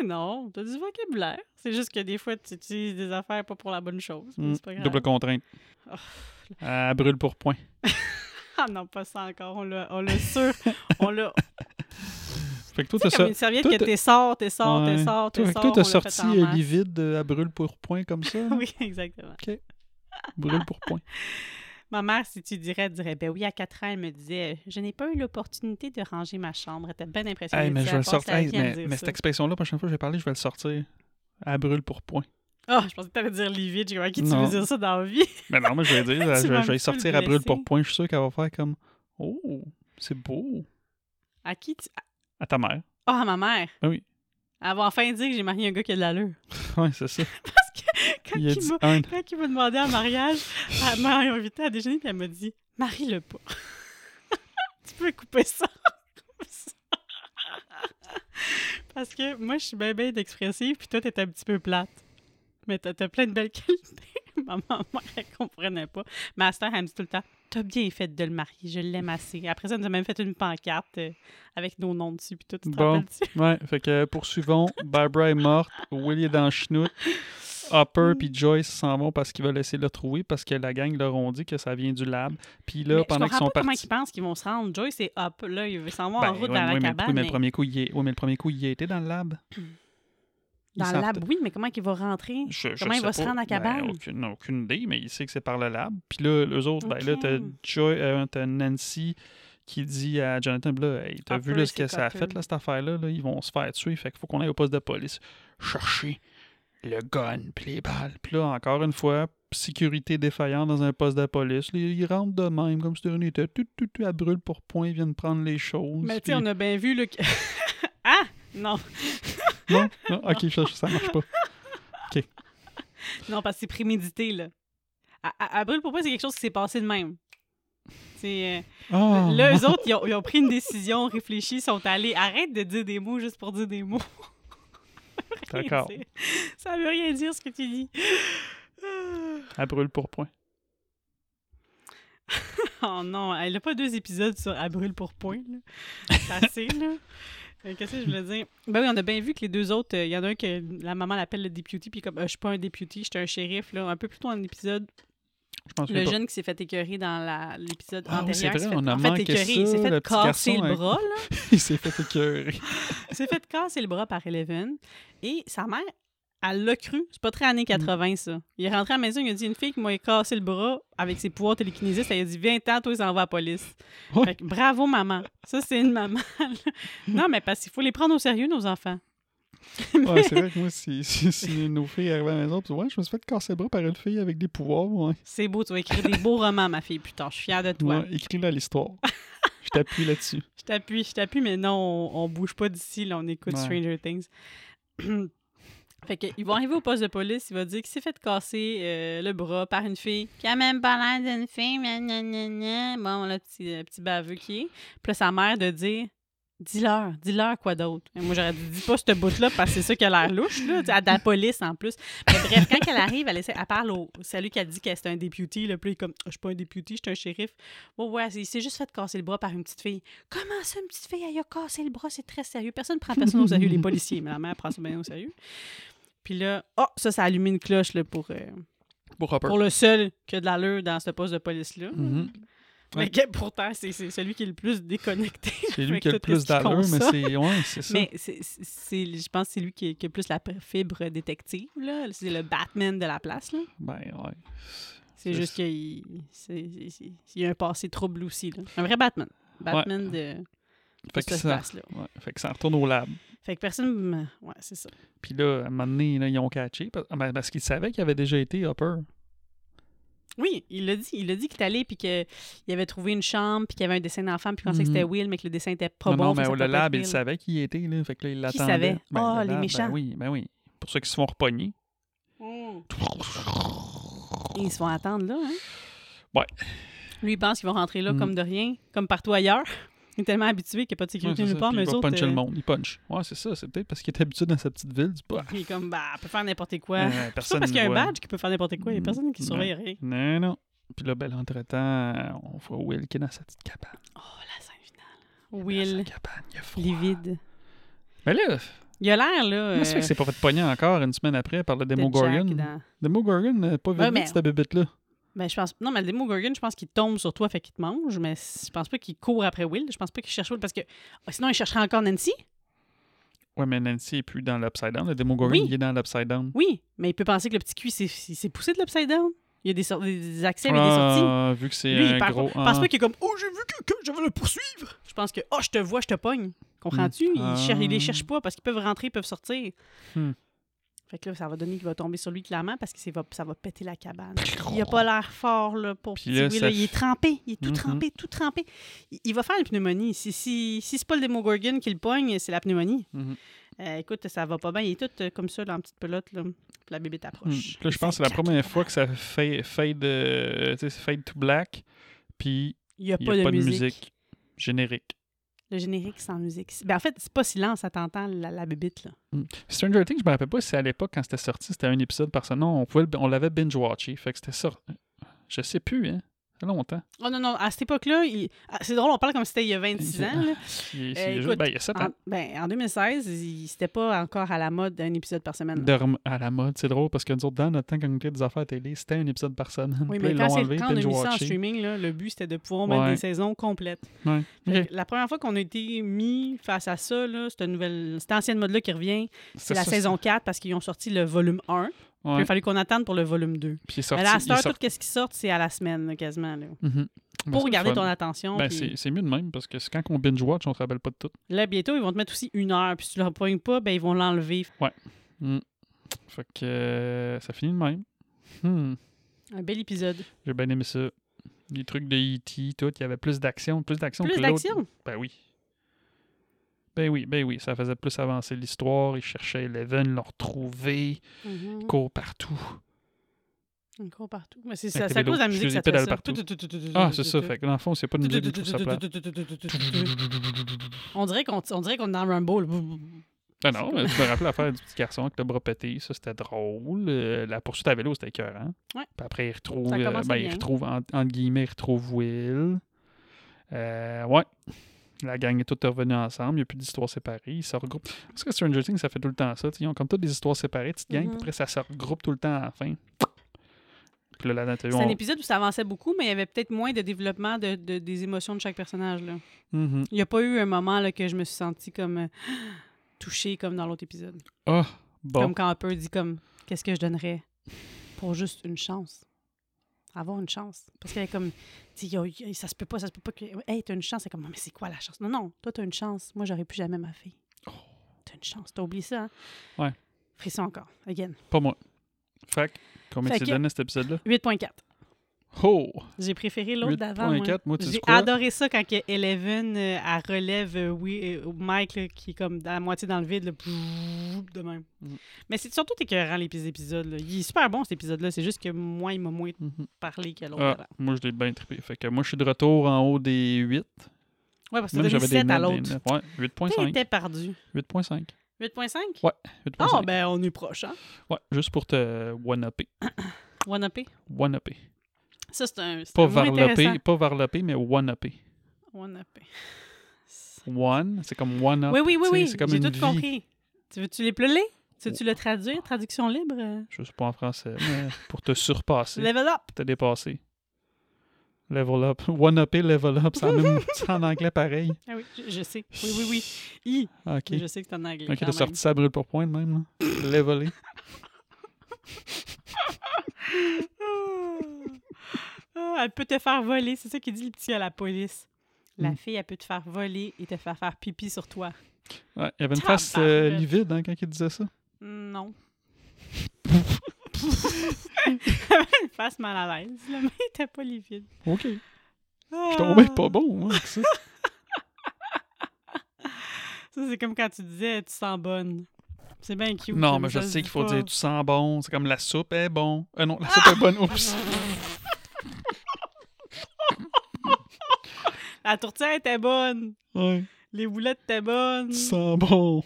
Speaker 1: Mais non, t'as du vocabulaire. C'est juste que des fois, tu utilises des affaires pas pour la bonne chose. mais
Speaker 2: Hmm,
Speaker 1: C'est pas grave.
Speaker 2: Double contrainte.
Speaker 1: Oh.
Speaker 2: Ah, brûle pour point.
Speaker 1: Ah non, pas ça encore. On l'a, on l'a sûr. on l'a.
Speaker 2: Fait que toi,
Speaker 1: C'est
Speaker 2: t'as ça.
Speaker 1: comme une serviette
Speaker 2: toi,
Speaker 1: que
Speaker 2: t'as-
Speaker 1: t'es sort, t'es sort, t'es
Speaker 2: Ouais.
Speaker 1: sort,
Speaker 2: Toi,
Speaker 1: t'es
Speaker 2: fait que
Speaker 1: sort.
Speaker 2: toi,
Speaker 1: on
Speaker 2: t'as
Speaker 1: l'a
Speaker 2: sorti
Speaker 1: fait en
Speaker 2: euh,
Speaker 1: masse.
Speaker 2: livide euh, à brûle pour point comme ça. là?
Speaker 1: Oui, exactement.
Speaker 2: brûle pour point.
Speaker 1: Ma mère, si tu dirais, elle dirait, ben oui, à 4 ans, elle me disait, je n'ai pas eu l'opportunité de ranger ma chambre. Elle était bien impressionnée.
Speaker 2: Hey, mais
Speaker 1: Tu sais,
Speaker 2: je
Speaker 1: elle
Speaker 2: vais le
Speaker 1: passe
Speaker 2: sortir.
Speaker 1: sa
Speaker 2: Hey,
Speaker 1: vie à me
Speaker 2: mais
Speaker 1: dire
Speaker 2: mais
Speaker 1: ça.
Speaker 2: cette expression-là, la prochaine fois que je vais parler, je vais le sortir. À brûle pour point.
Speaker 1: Ah, je pensais que t'allais dire livide. J'ai dit, qui tu
Speaker 2: Non.
Speaker 1: veux dire ça dans la vie?
Speaker 2: Mais non, moi, je vais dire, je,
Speaker 1: Tu
Speaker 2: vais-
Speaker 1: m'as
Speaker 2: je vais
Speaker 1: un
Speaker 2: le
Speaker 1: petit peu
Speaker 2: sortir à brûle pour
Speaker 1: blessée.
Speaker 2: point. Je suis sûr qu'elle va faire comme Oh, c'est beau.
Speaker 1: À qui tu.
Speaker 2: À ta mère.
Speaker 1: Ah, à ma mère.
Speaker 2: Ah oui.
Speaker 1: Elle va enfin dire que j'ai marié un gars qui a de l'allure.
Speaker 2: Ouais, c'est ça.
Speaker 1: Quand
Speaker 2: Il a
Speaker 1: il
Speaker 2: dit
Speaker 1: m'a-
Speaker 2: un.
Speaker 1: quand il m'a demandé en mariage, elle m'a invité à déjeuner puis elle m'a dit Marie-le pas. tu peux couper ça. Comme ça. Parce que moi, je suis bien belle d'expressive, puis toi, t'es un petit peu plate. Mais t'as t'as plein de belles qualités. Ma maman, elle comprenait pas. Ma sœur, elle me dit tout le temps T'as bien fait de le marier, je l'aime assez. Après ça, elle nous a même fait une pancarte euh, avec nos noms dessus, puis tout. Tu te
Speaker 2: Bon.
Speaker 1: rappelles-tu?
Speaker 2: Ouais, fait que euh, poursuivons. Barbara est morte. Willie est dans le chenoute. Hopper
Speaker 1: Hmm.
Speaker 2: puis Joyce s'en vont parce qu'ils veulent laisser le trouver parce que la gang leur ont dit que ça vient du lab. Puis là,
Speaker 1: Mais
Speaker 2: pendant
Speaker 1: je
Speaker 2: qu'ils
Speaker 1: comprends
Speaker 2: sont
Speaker 1: pas comment
Speaker 2: partis.
Speaker 1: ils pensent qu'ils vont se rendre. Joyce et hop, là, ils s'en vont en
Speaker 2: Ben,
Speaker 1: route
Speaker 2: ouais,
Speaker 1: dans
Speaker 2: oui,
Speaker 1: la
Speaker 2: mais, oui,
Speaker 1: cabane.
Speaker 2: mais
Speaker 1: mais-
Speaker 2: le premier coup, il est, oui, mais le premier coup, il était dans le lab. Ils
Speaker 1: Dans le
Speaker 2: savent
Speaker 1: lab, oui, mais comment il va rentrer?
Speaker 2: Je- je
Speaker 1: Comment il
Speaker 2: sais
Speaker 1: va se
Speaker 2: pas.
Speaker 1: rendre à la
Speaker 2: Ben,
Speaker 1: cabane?
Speaker 2: aucune, non, aucune idée, mais il sait que c'est par le lab. Puis là, eux autres, ben là, t'as
Speaker 1: Ok.
Speaker 2: Joy- euh, t'as Nancy qui dit à Jonathan là, Hey, t'as
Speaker 1: Hopper
Speaker 2: vu là,
Speaker 1: et
Speaker 2: ce que
Speaker 1: ses
Speaker 2: ça a
Speaker 1: cocktails.
Speaker 2: fait, là, cette affaire-là? là? Ils vont se faire tuer. Fait qu'il faut qu'on aille au poste de police chercher le gun, puis les balles. Puis là, encore une fois, sécurité défaillante dans un poste de police. Ils, ils rentrent de même, comme si de rien n'était. Tout, tout, tout, à brûle pour point, ils viennent prendre les choses.
Speaker 1: Mais tu
Speaker 2: puis-
Speaker 1: sais, on a bien vu, là. que- ah! Non.
Speaker 2: Non? Non? Ok, ça, ça marche pas.
Speaker 1: Non, parce que c'est prémédité, là. À, à, à brûle pour point, c'est quelque chose qui s'est passé de même. C'est. euh,
Speaker 2: Ah!
Speaker 1: Là, eux autres, ils ont, ils ont pris une décision, réfléchi, sont allés. Arrête de dire des mots juste pour dire des mots. Ça veut rien
Speaker 2: D'accord.
Speaker 1: dire. Ça veut rien dire ce que tu dis. Ah.
Speaker 2: Elle brûle pour point.
Speaker 1: Oh non, elle a pas deux épisodes sur À brûle pour point. là. C'est assez, là. Euh, Qu'est-ce que je voulais dire? Ben oui, on a bien vu que les deux autres, euh, il y en a un que la maman l'appelle le deputy, puis comme, euh, je suis pas un deputy, je suis un shérif, là. Un peu plus tôt dans l'épisode,
Speaker 2: Je pense
Speaker 1: le
Speaker 2: que
Speaker 1: jeune qui s'est fait écœurer dans la- l'épisode
Speaker 2: Ah oui,
Speaker 1: antérieur.
Speaker 2: c'est
Speaker 1: qui
Speaker 2: vrai,
Speaker 1: s'est fait-
Speaker 2: on a
Speaker 1: en fait,
Speaker 2: manqué
Speaker 1: écœurer, il
Speaker 2: ça,
Speaker 1: s'est
Speaker 2: le
Speaker 1: fait
Speaker 2: petit
Speaker 1: casser
Speaker 2: garçon
Speaker 1: le
Speaker 2: avec-
Speaker 1: bras, là.
Speaker 2: il s'est fait écœurer.
Speaker 1: Il s'est fait casser le bras par Eleven. Et sa mère, elle l'a cru. C'est pas très années 80, ça. Il est rentré à la maison, il a dit une fille qui m'a cassé le bras avec ses pouvoirs télékinésistes. Elle a dit 20 ans, toi, ils envoient à la police.
Speaker 2: Ouais.
Speaker 1: Fait que, bravo, maman. Ça, c'est une maman. là. non, mais parce qu'il faut les prendre au sérieux, nos enfants.
Speaker 2: Ouais, c'est vrai que moi, si, si, si nos filles arrivaient à la maison, puis ouais, je me suis fait casser le bras par une fille avec des pouvoirs, ouais.
Speaker 1: C'est beau, tu vas écrire des beaux romans, ma fille, plus tard. Je suis fière de toi.
Speaker 2: Ouais, Écris-la l'histoire. je t'appuie là-dessus.
Speaker 1: Je t'appuie, je t'appuie, mais non, on, on bouge pas d'ici, là, on écoute
Speaker 2: Ouais.
Speaker 1: Stranger Things. fait que, ils vont arriver au poste de police, il va dire qu'il s'est fait casser euh, le bras par une fille qui a même pas l'air d'une fille, gna, gna, gna, gna. Bon, là, petit, euh, petit baveux qui est. Puis là, sa mère de dire Dis-leur, dis-leur quoi d'autre. Et Moi, j'aurais dit Dis pas ce bout-là parce que c'est ça qui a l'air louche, là, à de la police en plus. Mais bref, quand elle arrive, elle, essaie, elle parle au salut qu'elle dit qu'elle c'est un député, là, puis là, il est comme Ah, Je suis pas un député, je suis un shérif. Ouais, ouais, il s'est juste fait casser le bras par une petite fille. Comment ça, une petite fille, elle a cassé le bras, c'est très sérieux. Personne ne prend personne au sérieux, les policiers, mais la mère prend ça bien au sérieux. Puis là, oh, ça, ça allume une cloche là, pour, euh,
Speaker 2: Pour Hopper.
Speaker 1: pour le seul qui a de l'allure dans ce poste de police-là.
Speaker 2: Mhm.
Speaker 1: Mais que- pourtant, c'est c'est celui qui est le plus déconnecté.
Speaker 2: C'est lui
Speaker 1: Fait
Speaker 2: qui a le
Speaker 1: tout qu'est-ce
Speaker 2: plus
Speaker 1: qui
Speaker 2: d'allure, mais
Speaker 1: consomme.
Speaker 2: c'est ouais, c'est ça.
Speaker 1: Mais c'est- c'est- c'est- je pense que c'est lui qui a, qui a plus la p- fibre détective. là. C'est le Batman de la place. là.
Speaker 2: Ben, ouais.
Speaker 1: C'est
Speaker 2: C'est
Speaker 1: juste
Speaker 2: ça.
Speaker 1: qu'il c'est- c'est- c'est- il a un passé trouble aussi. là. Un vrai Batman. Batman de- de,
Speaker 2: Fait que,
Speaker 1: cette
Speaker 2: ça,
Speaker 1: place-là.
Speaker 2: ouais, fait que ça retourne au lab.
Speaker 1: Fait que personne. Ouais, c'est ça.
Speaker 2: Puis là, à un moment donné, là, ils ont catché parce, ah, ben, parce qu'ils savaient qu'il avait déjà été Hopper.
Speaker 1: Oui, il l'a dit. Il l'a dit qu'il est allé puis qu'il avait trouvé une chambre puis qu'il y avait un dessin d'enfant puis qu'on pensait que c'était
Speaker 2: Mhm.
Speaker 1: Will mais que le dessin était pas
Speaker 2: Non,
Speaker 1: bon.
Speaker 2: non,
Speaker 1: fait
Speaker 2: mais
Speaker 1: que ça
Speaker 2: au-
Speaker 1: pouvait
Speaker 2: le
Speaker 1: pas être
Speaker 2: lab, il
Speaker 1: Will.
Speaker 2: savait qu'il y était, là. Fait que là, il l'attendait.
Speaker 1: savait?
Speaker 2: Ben,
Speaker 1: Ah,
Speaker 2: le
Speaker 1: les
Speaker 2: lab, ben
Speaker 1: méchants.
Speaker 2: oui, ben oui. Pour ceux qui se font repogner.
Speaker 1: Ils se font attendre là. Hein?
Speaker 2: Ouais.
Speaker 1: Lui, il pense qu'ils vont rentrer là
Speaker 2: Mhm.
Speaker 1: comme de rien, comme partout ailleurs. Il est tellement habitué qu'il n'y a pas de
Speaker 2: Ouais,
Speaker 1: sécurité
Speaker 2: c'est
Speaker 1: nulle
Speaker 2: ça.
Speaker 1: part,
Speaker 2: Puis
Speaker 1: mais
Speaker 2: il
Speaker 1: eux
Speaker 2: va
Speaker 1: autres.
Speaker 2: puncher
Speaker 1: euh,
Speaker 2: le monde. Il punch. Ouais, c'est ça. C'est peut-être parce qu'il est habitué dans sa petite ville. Du... Bah,
Speaker 1: il est comme, bah, elle peut faire n'importe quoi.
Speaker 2: euh,
Speaker 1: c'est pas
Speaker 2: personne
Speaker 1: parce qu'il y a
Speaker 2: ne
Speaker 1: un
Speaker 2: voit.
Speaker 1: badge qui peut faire n'importe quoi. Il n'y a
Speaker 2: Mhm.
Speaker 1: personne qui
Speaker 2: Ouais.
Speaker 1: surveille rien.
Speaker 2: Non, non. Puis là, ben, là, entre-temps, on voit Will qui est dans sa petite cabane.
Speaker 1: Oh, la scène finale.
Speaker 2: Dans
Speaker 1: Will,
Speaker 2: sa cabane, il a froid.
Speaker 1: livide.
Speaker 2: Mais là,
Speaker 1: Il a l'air, là. euh,
Speaker 2: comment ça fait que c'est pas fait pogner encore une semaine après par le
Speaker 1: de
Speaker 2: Demogorgon?
Speaker 1: Jack dans-
Speaker 2: Demogorgon, euh, pas
Speaker 1: Ouais,
Speaker 2: vite,
Speaker 1: mais-
Speaker 2: cette bébête-là.
Speaker 1: Ben, je pense. Non, mais le Demogorgon, je pense qu'il tombe sur toi, fait qu'il te mange, mais c- je pense pas qu'il court après Will. Je pense pas qu'il cherche Will parce que ah, sinon, il chercherait encore Nancy.
Speaker 2: Ouais, mais Nancy est plus dans l'Upside Down. Le Demogorgon,
Speaker 1: Oui.
Speaker 2: il est dans l'Upside Down.
Speaker 1: Oui, mais il peut penser que le petit cul, s'est- il s'est poussé de l'upside down. Il y a des, sor- des- des accès, mais des sorties.
Speaker 2: Ah, vu que c'est
Speaker 1: Lui, il
Speaker 2: un
Speaker 1: parle
Speaker 2: gros.
Speaker 1: pas. pense
Speaker 2: ah.
Speaker 1: pas qu'il est comme Oh, j'ai vu quelqu'un, je vais le poursuivre. Je pense que Oh, je te vois, je te pogne. Comprends-tu?
Speaker 2: Hmm.
Speaker 1: Il, cher- il les cherche
Speaker 2: Ah.
Speaker 1: pas parce qu'ils peuvent rentrer, ils peuvent sortir.
Speaker 2: Hmm.
Speaker 1: Fait que là, ça va donner qu'il va tomber sur lui clairement parce que c'est va- ça va péter la cabane. Il a pas l'air fort là, pour
Speaker 2: Puis
Speaker 1: petit
Speaker 2: là,
Speaker 1: Will,
Speaker 2: ça
Speaker 1: là. Il est
Speaker 2: f-
Speaker 1: trempé, il est tout
Speaker 2: Mhm.
Speaker 1: trempé, tout trempé. Il, il va faire une pneumonie. Si, si, si c'est pas le Demogorgon qui le pogne, c'est la pneumonie.
Speaker 2: Mhm.
Speaker 1: Euh, écoute, ça va pas bien. Il est tout euh, comme ça, là, en petite pelote. Là. Puis la bébé
Speaker 2: Hmm.
Speaker 1: t'approche.
Speaker 2: Là, je pense que c'est la première fois que ça fait fade, euh, tu sais, c'est fade to black. Puis
Speaker 1: Il n'y a,
Speaker 2: il n'y
Speaker 1: pas,
Speaker 2: a
Speaker 1: de,
Speaker 2: pas de
Speaker 1: musique.
Speaker 2: musique générique.
Speaker 1: Le générique sans musique. C'est- Ben, en fait, c'est pas silence, ça t'entend la, la bébite. Là.
Speaker 2: Stranger Things, je me rappelle pas si à l'époque, quand c'était sorti, c'était un épisode par semaine. Non, on, pouvait le- on l'avait binge-watché. Fait que c'était sorti. Je sais plus, hein. Ça fait longtemps.
Speaker 1: Oh non, non, à cette époque-là, il- ah, c'est drôle, on parle comme si c'était il y a 26 ans. là.
Speaker 2: Il, c'est juste-
Speaker 1: Euh, écoute,
Speaker 2: ben, il y a 7
Speaker 1: En,
Speaker 2: ans.
Speaker 1: ben, en 2016, il- c'était pas encore à la mode d'un épisode par semaine. là.
Speaker 2: De rem- à la mode, c'est drôle parce que nous autres, dans notre temps, quand on écoutait des affaires télé, c'était un épisode par semaine.
Speaker 1: Oui,
Speaker 2: Puis
Speaker 1: mais quand,
Speaker 2: là, ils l'ont
Speaker 1: c'est-
Speaker 2: enlevé,
Speaker 1: quand on a mis ça en
Speaker 2: binge-watché.
Speaker 1: streaming, là, le but c'était de pouvoir mettre
Speaker 2: Ouais.
Speaker 1: des saisons complètes.
Speaker 2: Ouais.
Speaker 1: Fait
Speaker 2: Ok.
Speaker 1: que La première fois qu'on a été mis face à ça, là, cette, nouvelle, cette ancienne mode-là qui revient, c'est la
Speaker 2: ça,
Speaker 1: saison 4 parce qu'ils ont sorti le volume 1. Puis
Speaker 2: Ouais.
Speaker 1: il a fallu qu'on attende pour le volume 2.
Speaker 2: Puis il est sorti.
Speaker 1: mais là, à
Speaker 2: il
Speaker 1: cette
Speaker 2: est
Speaker 1: heure,
Speaker 2: sorti-
Speaker 1: tout ce qui sort, c'est à la semaine, là, quasiment. là.
Speaker 2: Mhm. Mais
Speaker 1: pour
Speaker 2: c'est le
Speaker 1: garder
Speaker 2: fun.
Speaker 1: ton attention.
Speaker 2: Ben,
Speaker 1: puis
Speaker 2: c'est- c'est mieux de même parce que c'est quand on binge-watch, on se rappelle pas de tout.
Speaker 1: Là, bientôt, ils vont te mettre aussi une heure. Puis si tu ne pognes pas, ben, ils vont l'enlever.
Speaker 2: Fait que euh, ça finit de même. Hmm.
Speaker 1: Un bel épisode.
Speaker 2: J'ai bien aimé ça. Les trucs de E.T., tout, il y avait plus d'action, plus d'action que
Speaker 1: Plus
Speaker 2: l'autre.
Speaker 1: d'action.
Speaker 2: Ben oui. Ben oui, ben oui, ça faisait plus avancer l'histoire. Ils cherchaient Eleven, ils l'ont retrouvé, ils courent partout.
Speaker 1: On court partout. Mais c'est
Speaker 2: Avec
Speaker 1: ça,
Speaker 2: les
Speaker 1: c'est à cause de la
Speaker 2: vélos,
Speaker 1: musique
Speaker 2: je les
Speaker 1: ça te fait
Speaker 2: pédale
Speaker 1: ça.
Speaker 2: partout. Ah, c'est ça, fait que dans le fond, c'est pas une musique du tout, ça plate.
Speaker 1: On dirait qu'on on dirait qu'on est dans Rumble.
Speaker 2: Ah non, mais tu me rappelles l'affaire du petit garçon avec le bras pété, ça c'était drôle. Euh, la poursuite à vélo, c'était écœurant.
Speaker 1: Ouais.
Speaker 2: Puis après, il retrouve,
Speaker 1: Ça
Speaker 2: euh,
Speaker 1: commençait
Speaker 2: ben, il
Speaker 1: bien.
Speaker 2: retrouve en- entre guillemets, il retrouve Will. Euh, ouais. La gang est toute revenue ensemble, il n'y a plus d'histoires séparées, ils se regroupent. Parce que Stranger Things, ça fait tout le temps ça. tu sais, Ils ont comme toutes des histoires séparées, petites gangs, puis
Speaker 1: Mhm.
Speaker 2: après, ça se regroupe tout le temps à la fin. Puis là, là-dedans, t'as eu,
Speaker 1: C'est un
Speaker 2: on-
Speaker 1: épisode où ça avançait beaucoup, mais il y avait peut-être moins de développement de, de- des émotions de chaque personnage. Là.
Speaker 2: Mhm.
Speaker 1: Il n'y a pas eu un moment là, que je me suis sentie comme euh, touchée comme dans l'autre épisode.
Speaker 2: Ah, bon.
Speaker 1: Comme quand Hopper dit comme qu'est-ce que je donnerais pour juste une chance. Avoir une chance. Parce qu'elle est comme tu sais, yo, yo, ça se peut pas, ça se peut pas que. Hey, t'as une chance. C'est comme Non, mais c'est quoi la chance? Non, non, toi t'as une chance. Moi j'aurais plus jamais ma fille.
Speaker 2: Oh.
Speaker 1: T'as une chance. T'as oublié ça, hein?
Speaker 2: Ouais.
Speaker 1: Frisson encore. Again.
Speaker 2: Pas moi. Fait que, combien
Speaker 1: Fait
Speaker 2: tu
Speaker 1: que-
Speaker 2: donné cet épisode-là?
Speaker 1: 8.4.
Speaker 2: Oh!
Speaker 1: J'ai préféré l'autre d'avant. moi.
Speaker 2: 8.4, moi, tu dis
Speaker 1: J'ai
Speaker 2: quoi?
Speaker 1: adoré ça quand que Eleven euh, elle relève euh, oui, euh, Mike là, qui est comme à moitié dans le vide, là, pfff, de même.
Speaker 2: Mhm.
Speaker 1: Mais c'est surtout écœurant les petits épisodes. là. Il est super bon cet épisode-là. C'est juste que moi, il m'a moins
Speaker 2: Mhm.
Speaker 1: parlé que l'autre
Speaker 2: Ah,
Speaker 1: d'avant.
Speaker 2: moi, je l'ai bien trippé. Fait que moi, je suis de retour en haut des 8.
Speaker 1: Ouais, parce que
Speaker 2: Même
Speaker 1: t'as donné
Speaker 2: j'avais des
Speaker 1: 7 à
Speaker 2: notes, des
Speaker 1: l'autre.
Speaker 2: notes. Ouais, 8.5.
Speaker 1: T'étais perdu.
Speaker 2: 8.5.
Speaker 1: 8.5?
Speaker 2: Ouais,
Speaker 1: Ah,
Speaker 2: 8.5.
Speaker 1: ben on est proche, hein?
Speaker 2: Ouais, juste pour te one-upper.
Speaker 1: One-upé.
Speaker 2: One-upper.
Speaker 1: Ça, c'est un. c'est
Speaker 2: Pas
Speaker 1: un mot intéressant.
Speaker 2: varlopper, pas varlopper, mais one-upper.
Speaker 1: One-upé.
Speaker 2: One, c'est comme one-up.
Speaker 1: Oui, oui, oui,
Speaker 2: tu sais,
Speaker 1: oui.
Speaker 2: Ah, C'est comme
Speaker 1: J'ai
Speaker 2: une
Speaker 1: tout
Speaker 2: vie.
Speaker 1: compris. Tu veux-tu les pleuler? Tu veux-tu le traduire? Traduction libre? euh?
Speaker 2: Je sais pas en français, mais pour te surpasser,
Speaker 1: Level up!
Speaker 2: te dépasser. Level up. One-upper, level up. C'est en, même- c'est en anglais pareil.
Speaker 1: Ah oui, je, je sais. Oui, oui, oui. I.
Speaker 2: OK.
Speaker 1: Mais Je sais que c'est en anglais.
Speaker 2: Ok,
Speaker 1: quand
Speaker 2: t'as
Speaker 1: même.
Speaker 2: sorti ça à brûle pour pointe même. Là. Leveler.
Speaker 1: Ah, elle peut te faire voler, c'est ça qu'il dit le petit à la police. La
Speaker 2: Mm.
Speaker 1: fille, elle peut te faire voler et te faire faire pipi sur toi.
Speaker 2: Ouais, il y avait une face euh,
Speaker 1: Tabarouette.
Speaker 2: livide hein, quand il disait ça.
Speaker 1: Non. Une face mal à l'aise. Le mec était pas livide.
Speaker 2: OK.
Speaker 1: Je
Speaker 2: Je tombais
Speaker 1: Ah.
Speaker 2: pas bon, moi, avec ça.
Speaker 1: Ça, c'est comme quand tu disais tu sens bonne. C'est bien cute.
Speaker 2: Non,
Speaker 1: là,
Speaker 2: mais je
Speaker 1: ça se
Speaker 2: sais
Speaker 1: dit
Speaker 2: qu'il faut
Speaker 1: pas.
Speaker 2: dire tu sens bon. C'est comme la soupe est bon. Ah non, la soupe est bonne. Oups.
Speaker 1: La tourtière était bonne.
Speaker 2: Ouais,
Speaker 1: Les boulettes étaient bonnes.
Speaker 2: tu sens bon.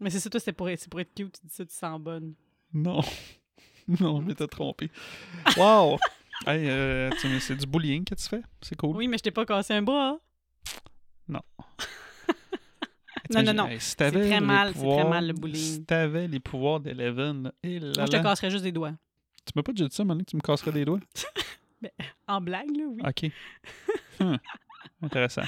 Speaker 1: Mais c'est ça, toi, c'est pour, être- c'est pour être cute. Tu dis ça, tu sens bonne.
Speaker 2: Non. Non, je m'étais trompé. Wow! hey, euh, tu- mais c'est du bullying que tu fais. C'est cool.
Speaker 1: Oui, mais je t'ai pas cassé un bras. hein.
Speaker 2: Hey, tu
Speaker 1: Non, non,
Speaker 2: imagines-
Speaker 1: non.
Speaker 2: hey, si
Speaker 1: C'est
Speaker 2: t'avais
Speaker 1: très
Speaker 2: les
Speaker 1: mal, c'est très
Speaker 2: pouvoirs-
Speaker 1: mal, le bullying.
Speaker 2: Si t'avais les pouvoirs d'Eleven, et là,
Speaker 1: Moi, je te
Speaker 2: là.
Speaker 1: casserais juste des doigts.
Speaker 2: tu m'as pas déjà dit ça, Monique, tu me casserais des doigts?
Speaker 1: En blague, là, oui.
Speaker 2: OK. Hmm. Intéressant.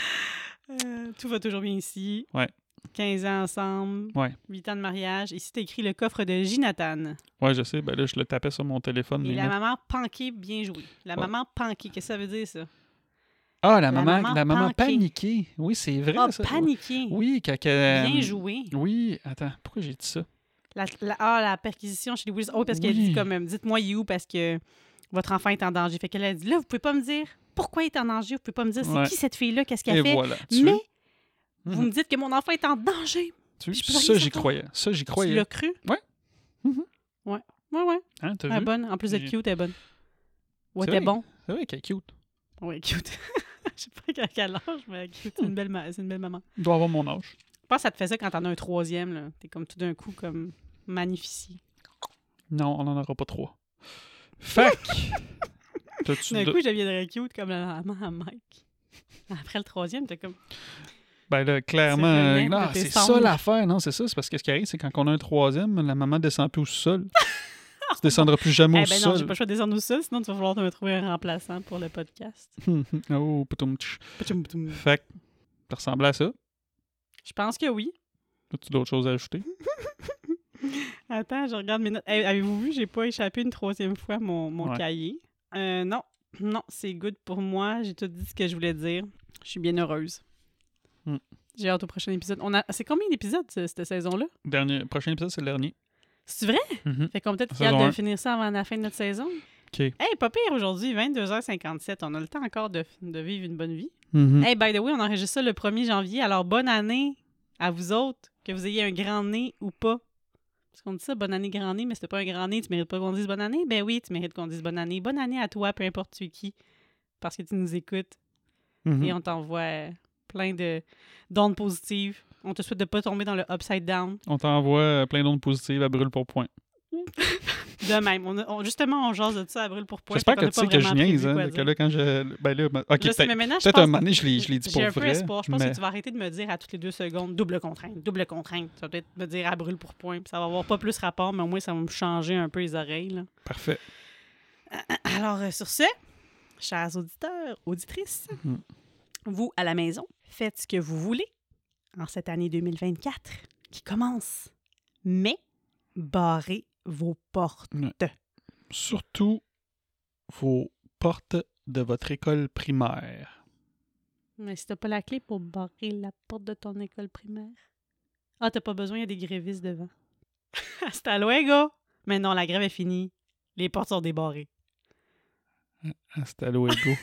Speaker 1: Euh, tout va toujours bien ici.
Speaker 2: Ouais.
Speaker 1: 15 ans ensemble.
Speaker 2: Ouais.
Speaker 1: 8 ans de mariage. Ici, t'as écrit le coffre de Jonathan.
Speaker 2: Ouais, je sais. Ben là, je le tapais sur mon téléphone.
Speaker 1: Et
Speaker 2: les
Speaker 1: la
Speaker 2: notes.
Speaker 1: maman panquée, bien jouée. La
Speaker 2: Ouais.
Speaker 1: maman panquée, qu'est-ce que ça veut dire, ça?
Speaker 2: Ah, la,
Speaker 1: la
Speaker 2: maman,
Speaker 1: maman
Speaker 2: la maman
Speaker 1: paniquée.
Speaker 2: paniquée. Oui, c'est vrai.
Speaker 1: Ah,
Speaker 2: ça.
Speaker 1: paniquée.
Speaker 2: Oui, quand que- euh,
Speaker 1: Bien joué.
Speaker 2: Oui, attends, pourquoi j'ai dit ça?
Speaker 1: La, la- ah, la perquisition chez les Willis. Oh, parce qu'elle
Speaker 2: Oui.
Speaker 1: dit comme, euh, dites-moi, il est où? Parce que votre enfant est en danger. Fait qu'elle a dit, là, vous pouvez pas me dire pourquoi il est en danger. Vous pouvez pas me dire c'est
Speaker 2: Ouais.
Speaker 1: qui cette fille-là, qu'est-ce
Speaker 2: Et
Speaker 1: qu'elle fait.
Speaker 2: voilà. Tu
Speaker 1: Mais
Speaker 2: veux? Mhm.
Speaker 1: vous me dites que mon enfant est en danger.
Speaker 2: Tu veux?
Speaker 1: je peux rien
Speaker 2: Ça, j'y
Speaker 1: savoir.
Speaker 2: croyais. Ça, j'y
Speaker 1: Tu
Speaker 2: croyais.
Speaker 1: l'as cru?
Speaker 2: Ouais. Mhm.
Speaker 1: Ouais. Ouais, ouais.
Speaker 2: Hein, t'as
Speaker 1: Elle est
Speaker 2: vu?
Speaker 1: bonne. En plus d'être
Speaker 2: J'ai-
Speaker 1: cute, elle est bonne. Ouais,
Speaker 2: C'est
Speaker 1: t'es
Speaker 2: vrai?
Speaker 1: bon.
Speaker 2: C'est vrai qu'elle est cute.
Speaker 1: Ouais, cute. Je sais pas à quel âge, mais cute. C'est une belle, ma- c'est une belle maman.
Speaker 2: Elle doit avoir mon âge.
Speaker 1: Je pense que ça te fait ça quand t'en as un troisième. là. T'es comme tout d'un coup comme magnifique.
Speaker 2: Non, on n'en aura pas trois. Fac! T'as-tu
Speaker 1: D'un
Speaker 2: deux-
Speaker 1: coup, je deviendrais cute comme la maman à Mike. Après le troisième, t'es comme.
Speaker 2: Ben là, clairement,
Speaker 1: C'est
Speaker 2: euh,
Speaker 1: le même
Speaker 2: non,
Speaker 1: de tes
Speaker 2: c'est ça
Speaker 1: cendres.
Speaker 2: l'affaire. Non, c'est ça. C'est parce que ce qui arrive, c'est quand on a un troisième, la maman descend plus au sol. tu descendras plus jamais
Speaker 1: Eh
Speaker 2: au
Speaker 1: ben non,
Speaker 2: sol.
Speaker 1: j'ai pas le choix de descendre au sol, sinon tu vas falloir te me trouver un remplaçant pour le podcast.
Speaker 2: oh, poutoum, tch.
Speaker 1: Patoum, patoum.
Speaker 2: Fait que, ça ressemblait à ça.
Speaker 1: Je pense que oui.
Speaker 2: As-tu d'autres choses à ajouter?
Speaker 1: Attends, je regarde mes notes. Hey, Avez-vous vu, j'ai pas échappé une troisième fois mon, mon
Speaker 2: Ouais.
Speaker 1: cahier. Euh, non, Non, c'est good pour moi. J'ai tout dit ce que je voulais dire. Je suis bien heureuse.
Speaker 2: Hmm.
Speaker 1: J'ai hâte au prochain épisode. On a... C'est combien d'épisodes ce- cette saison-là?
Speaker 2: Dernier, prochain épisode, c'est le dernier.
Speaker 1: C'est vrai?
Speaker 2: Mhm.
Speaker 1: Fait qu'on peut-être
Speaker 2: Saison
Speaker 1: capable
Speaker 2: un.
Speaker 1: de finir ça avant la fin de notre saison.
Speaker 2: OK.
Speaker 1: Hey, pas pire aujourd'hui, 22h57. On a le temps encore de, de vivre une bonne vie.
Speaker 2: Mhm. Mm.
Speaker 1: Hey, by the way, on enregistre ça le 1er janvier. Alors, bonne année à vous autres, que vous ayez un grand nez ou pas. Parce qu'on dit ça, bonne année, grand nez, mais c'était pas un grand nez. Tu mérites pas qu'on dise bonne année? Ben oui, tu mérites qu'on dise bonne année. Bonne année à toi, peu importe tu es qui, parce que tu nous écoutes
Speaker 2: Mhm.
Speaker 1: Eh, et on t'envoie euh, plein de d'ondes positives. On te souhaite de pas tomber dans le upside down.
Speaker 2: On t'envoie euh, plein d'ondes positives à brûle pour point.
Speaker 1: De même, on a- on- justement, on jase de ça à brûle pour point.
Speaker 2: J'espère
Speaker 1: fait
Speaker 2: que
Speaker 1: qu'on
Speaker 2: tu sais
Speaker 1: a pas
Speaker 2: que je
Speaker 1: vraiment
Speaker 2: niaise.
Speaker 1: prévu quoi
Speaker 2: Hein, que
Speaker 1: dire.
Speaker 2: là, quand je. Ben là, ben- ok,
Speaker 1: Là, c'est-
Speaker 2: peut-être
Speaker 1: mais maintenant, je
Speaker 2: peut-être
Speaker 1: pense
Speaker 2: un
Speaker 1: que
Speaker 2: moment donné, je les, je les dis
Speaker 1: J'ai
Speaker 2: pour
Speaker 1: un peu
Speaker 2: vrai.
Speaker 1: espoir. Je pense
Speaker 2: mais-
Speaker 1: que tu vas arrêter de me dire à toutes les deux secondes double contrainte, double contrainte. Tu vas peut-être me dire à brûle pour point. puis Ça va avoir pas plus rapport, mais au moins ça va me changer un peu les oreilles. là.
Speaker 2: Parfait.
Speaker 1: Alors, euh, sur ce, chers auditeurs, auditrices,
Speaker 2: Mhm.
Speaker 1: vous à la maison, faites ce que vous voulez en cette année 2024 qui commence. Mais barrez vos portes.
Speaker 2: Surtout vos portes de votre école primaire.
Speaker 1: Mais si t'as pas la clé pour barrer la porte de ton école primaire. Ah, t'as pas besoin, il y a des grévistes devant. Hasta luego! Mais non, la grève est finie. Les portes sont débarrées.
Speaker 2: Hasta luego.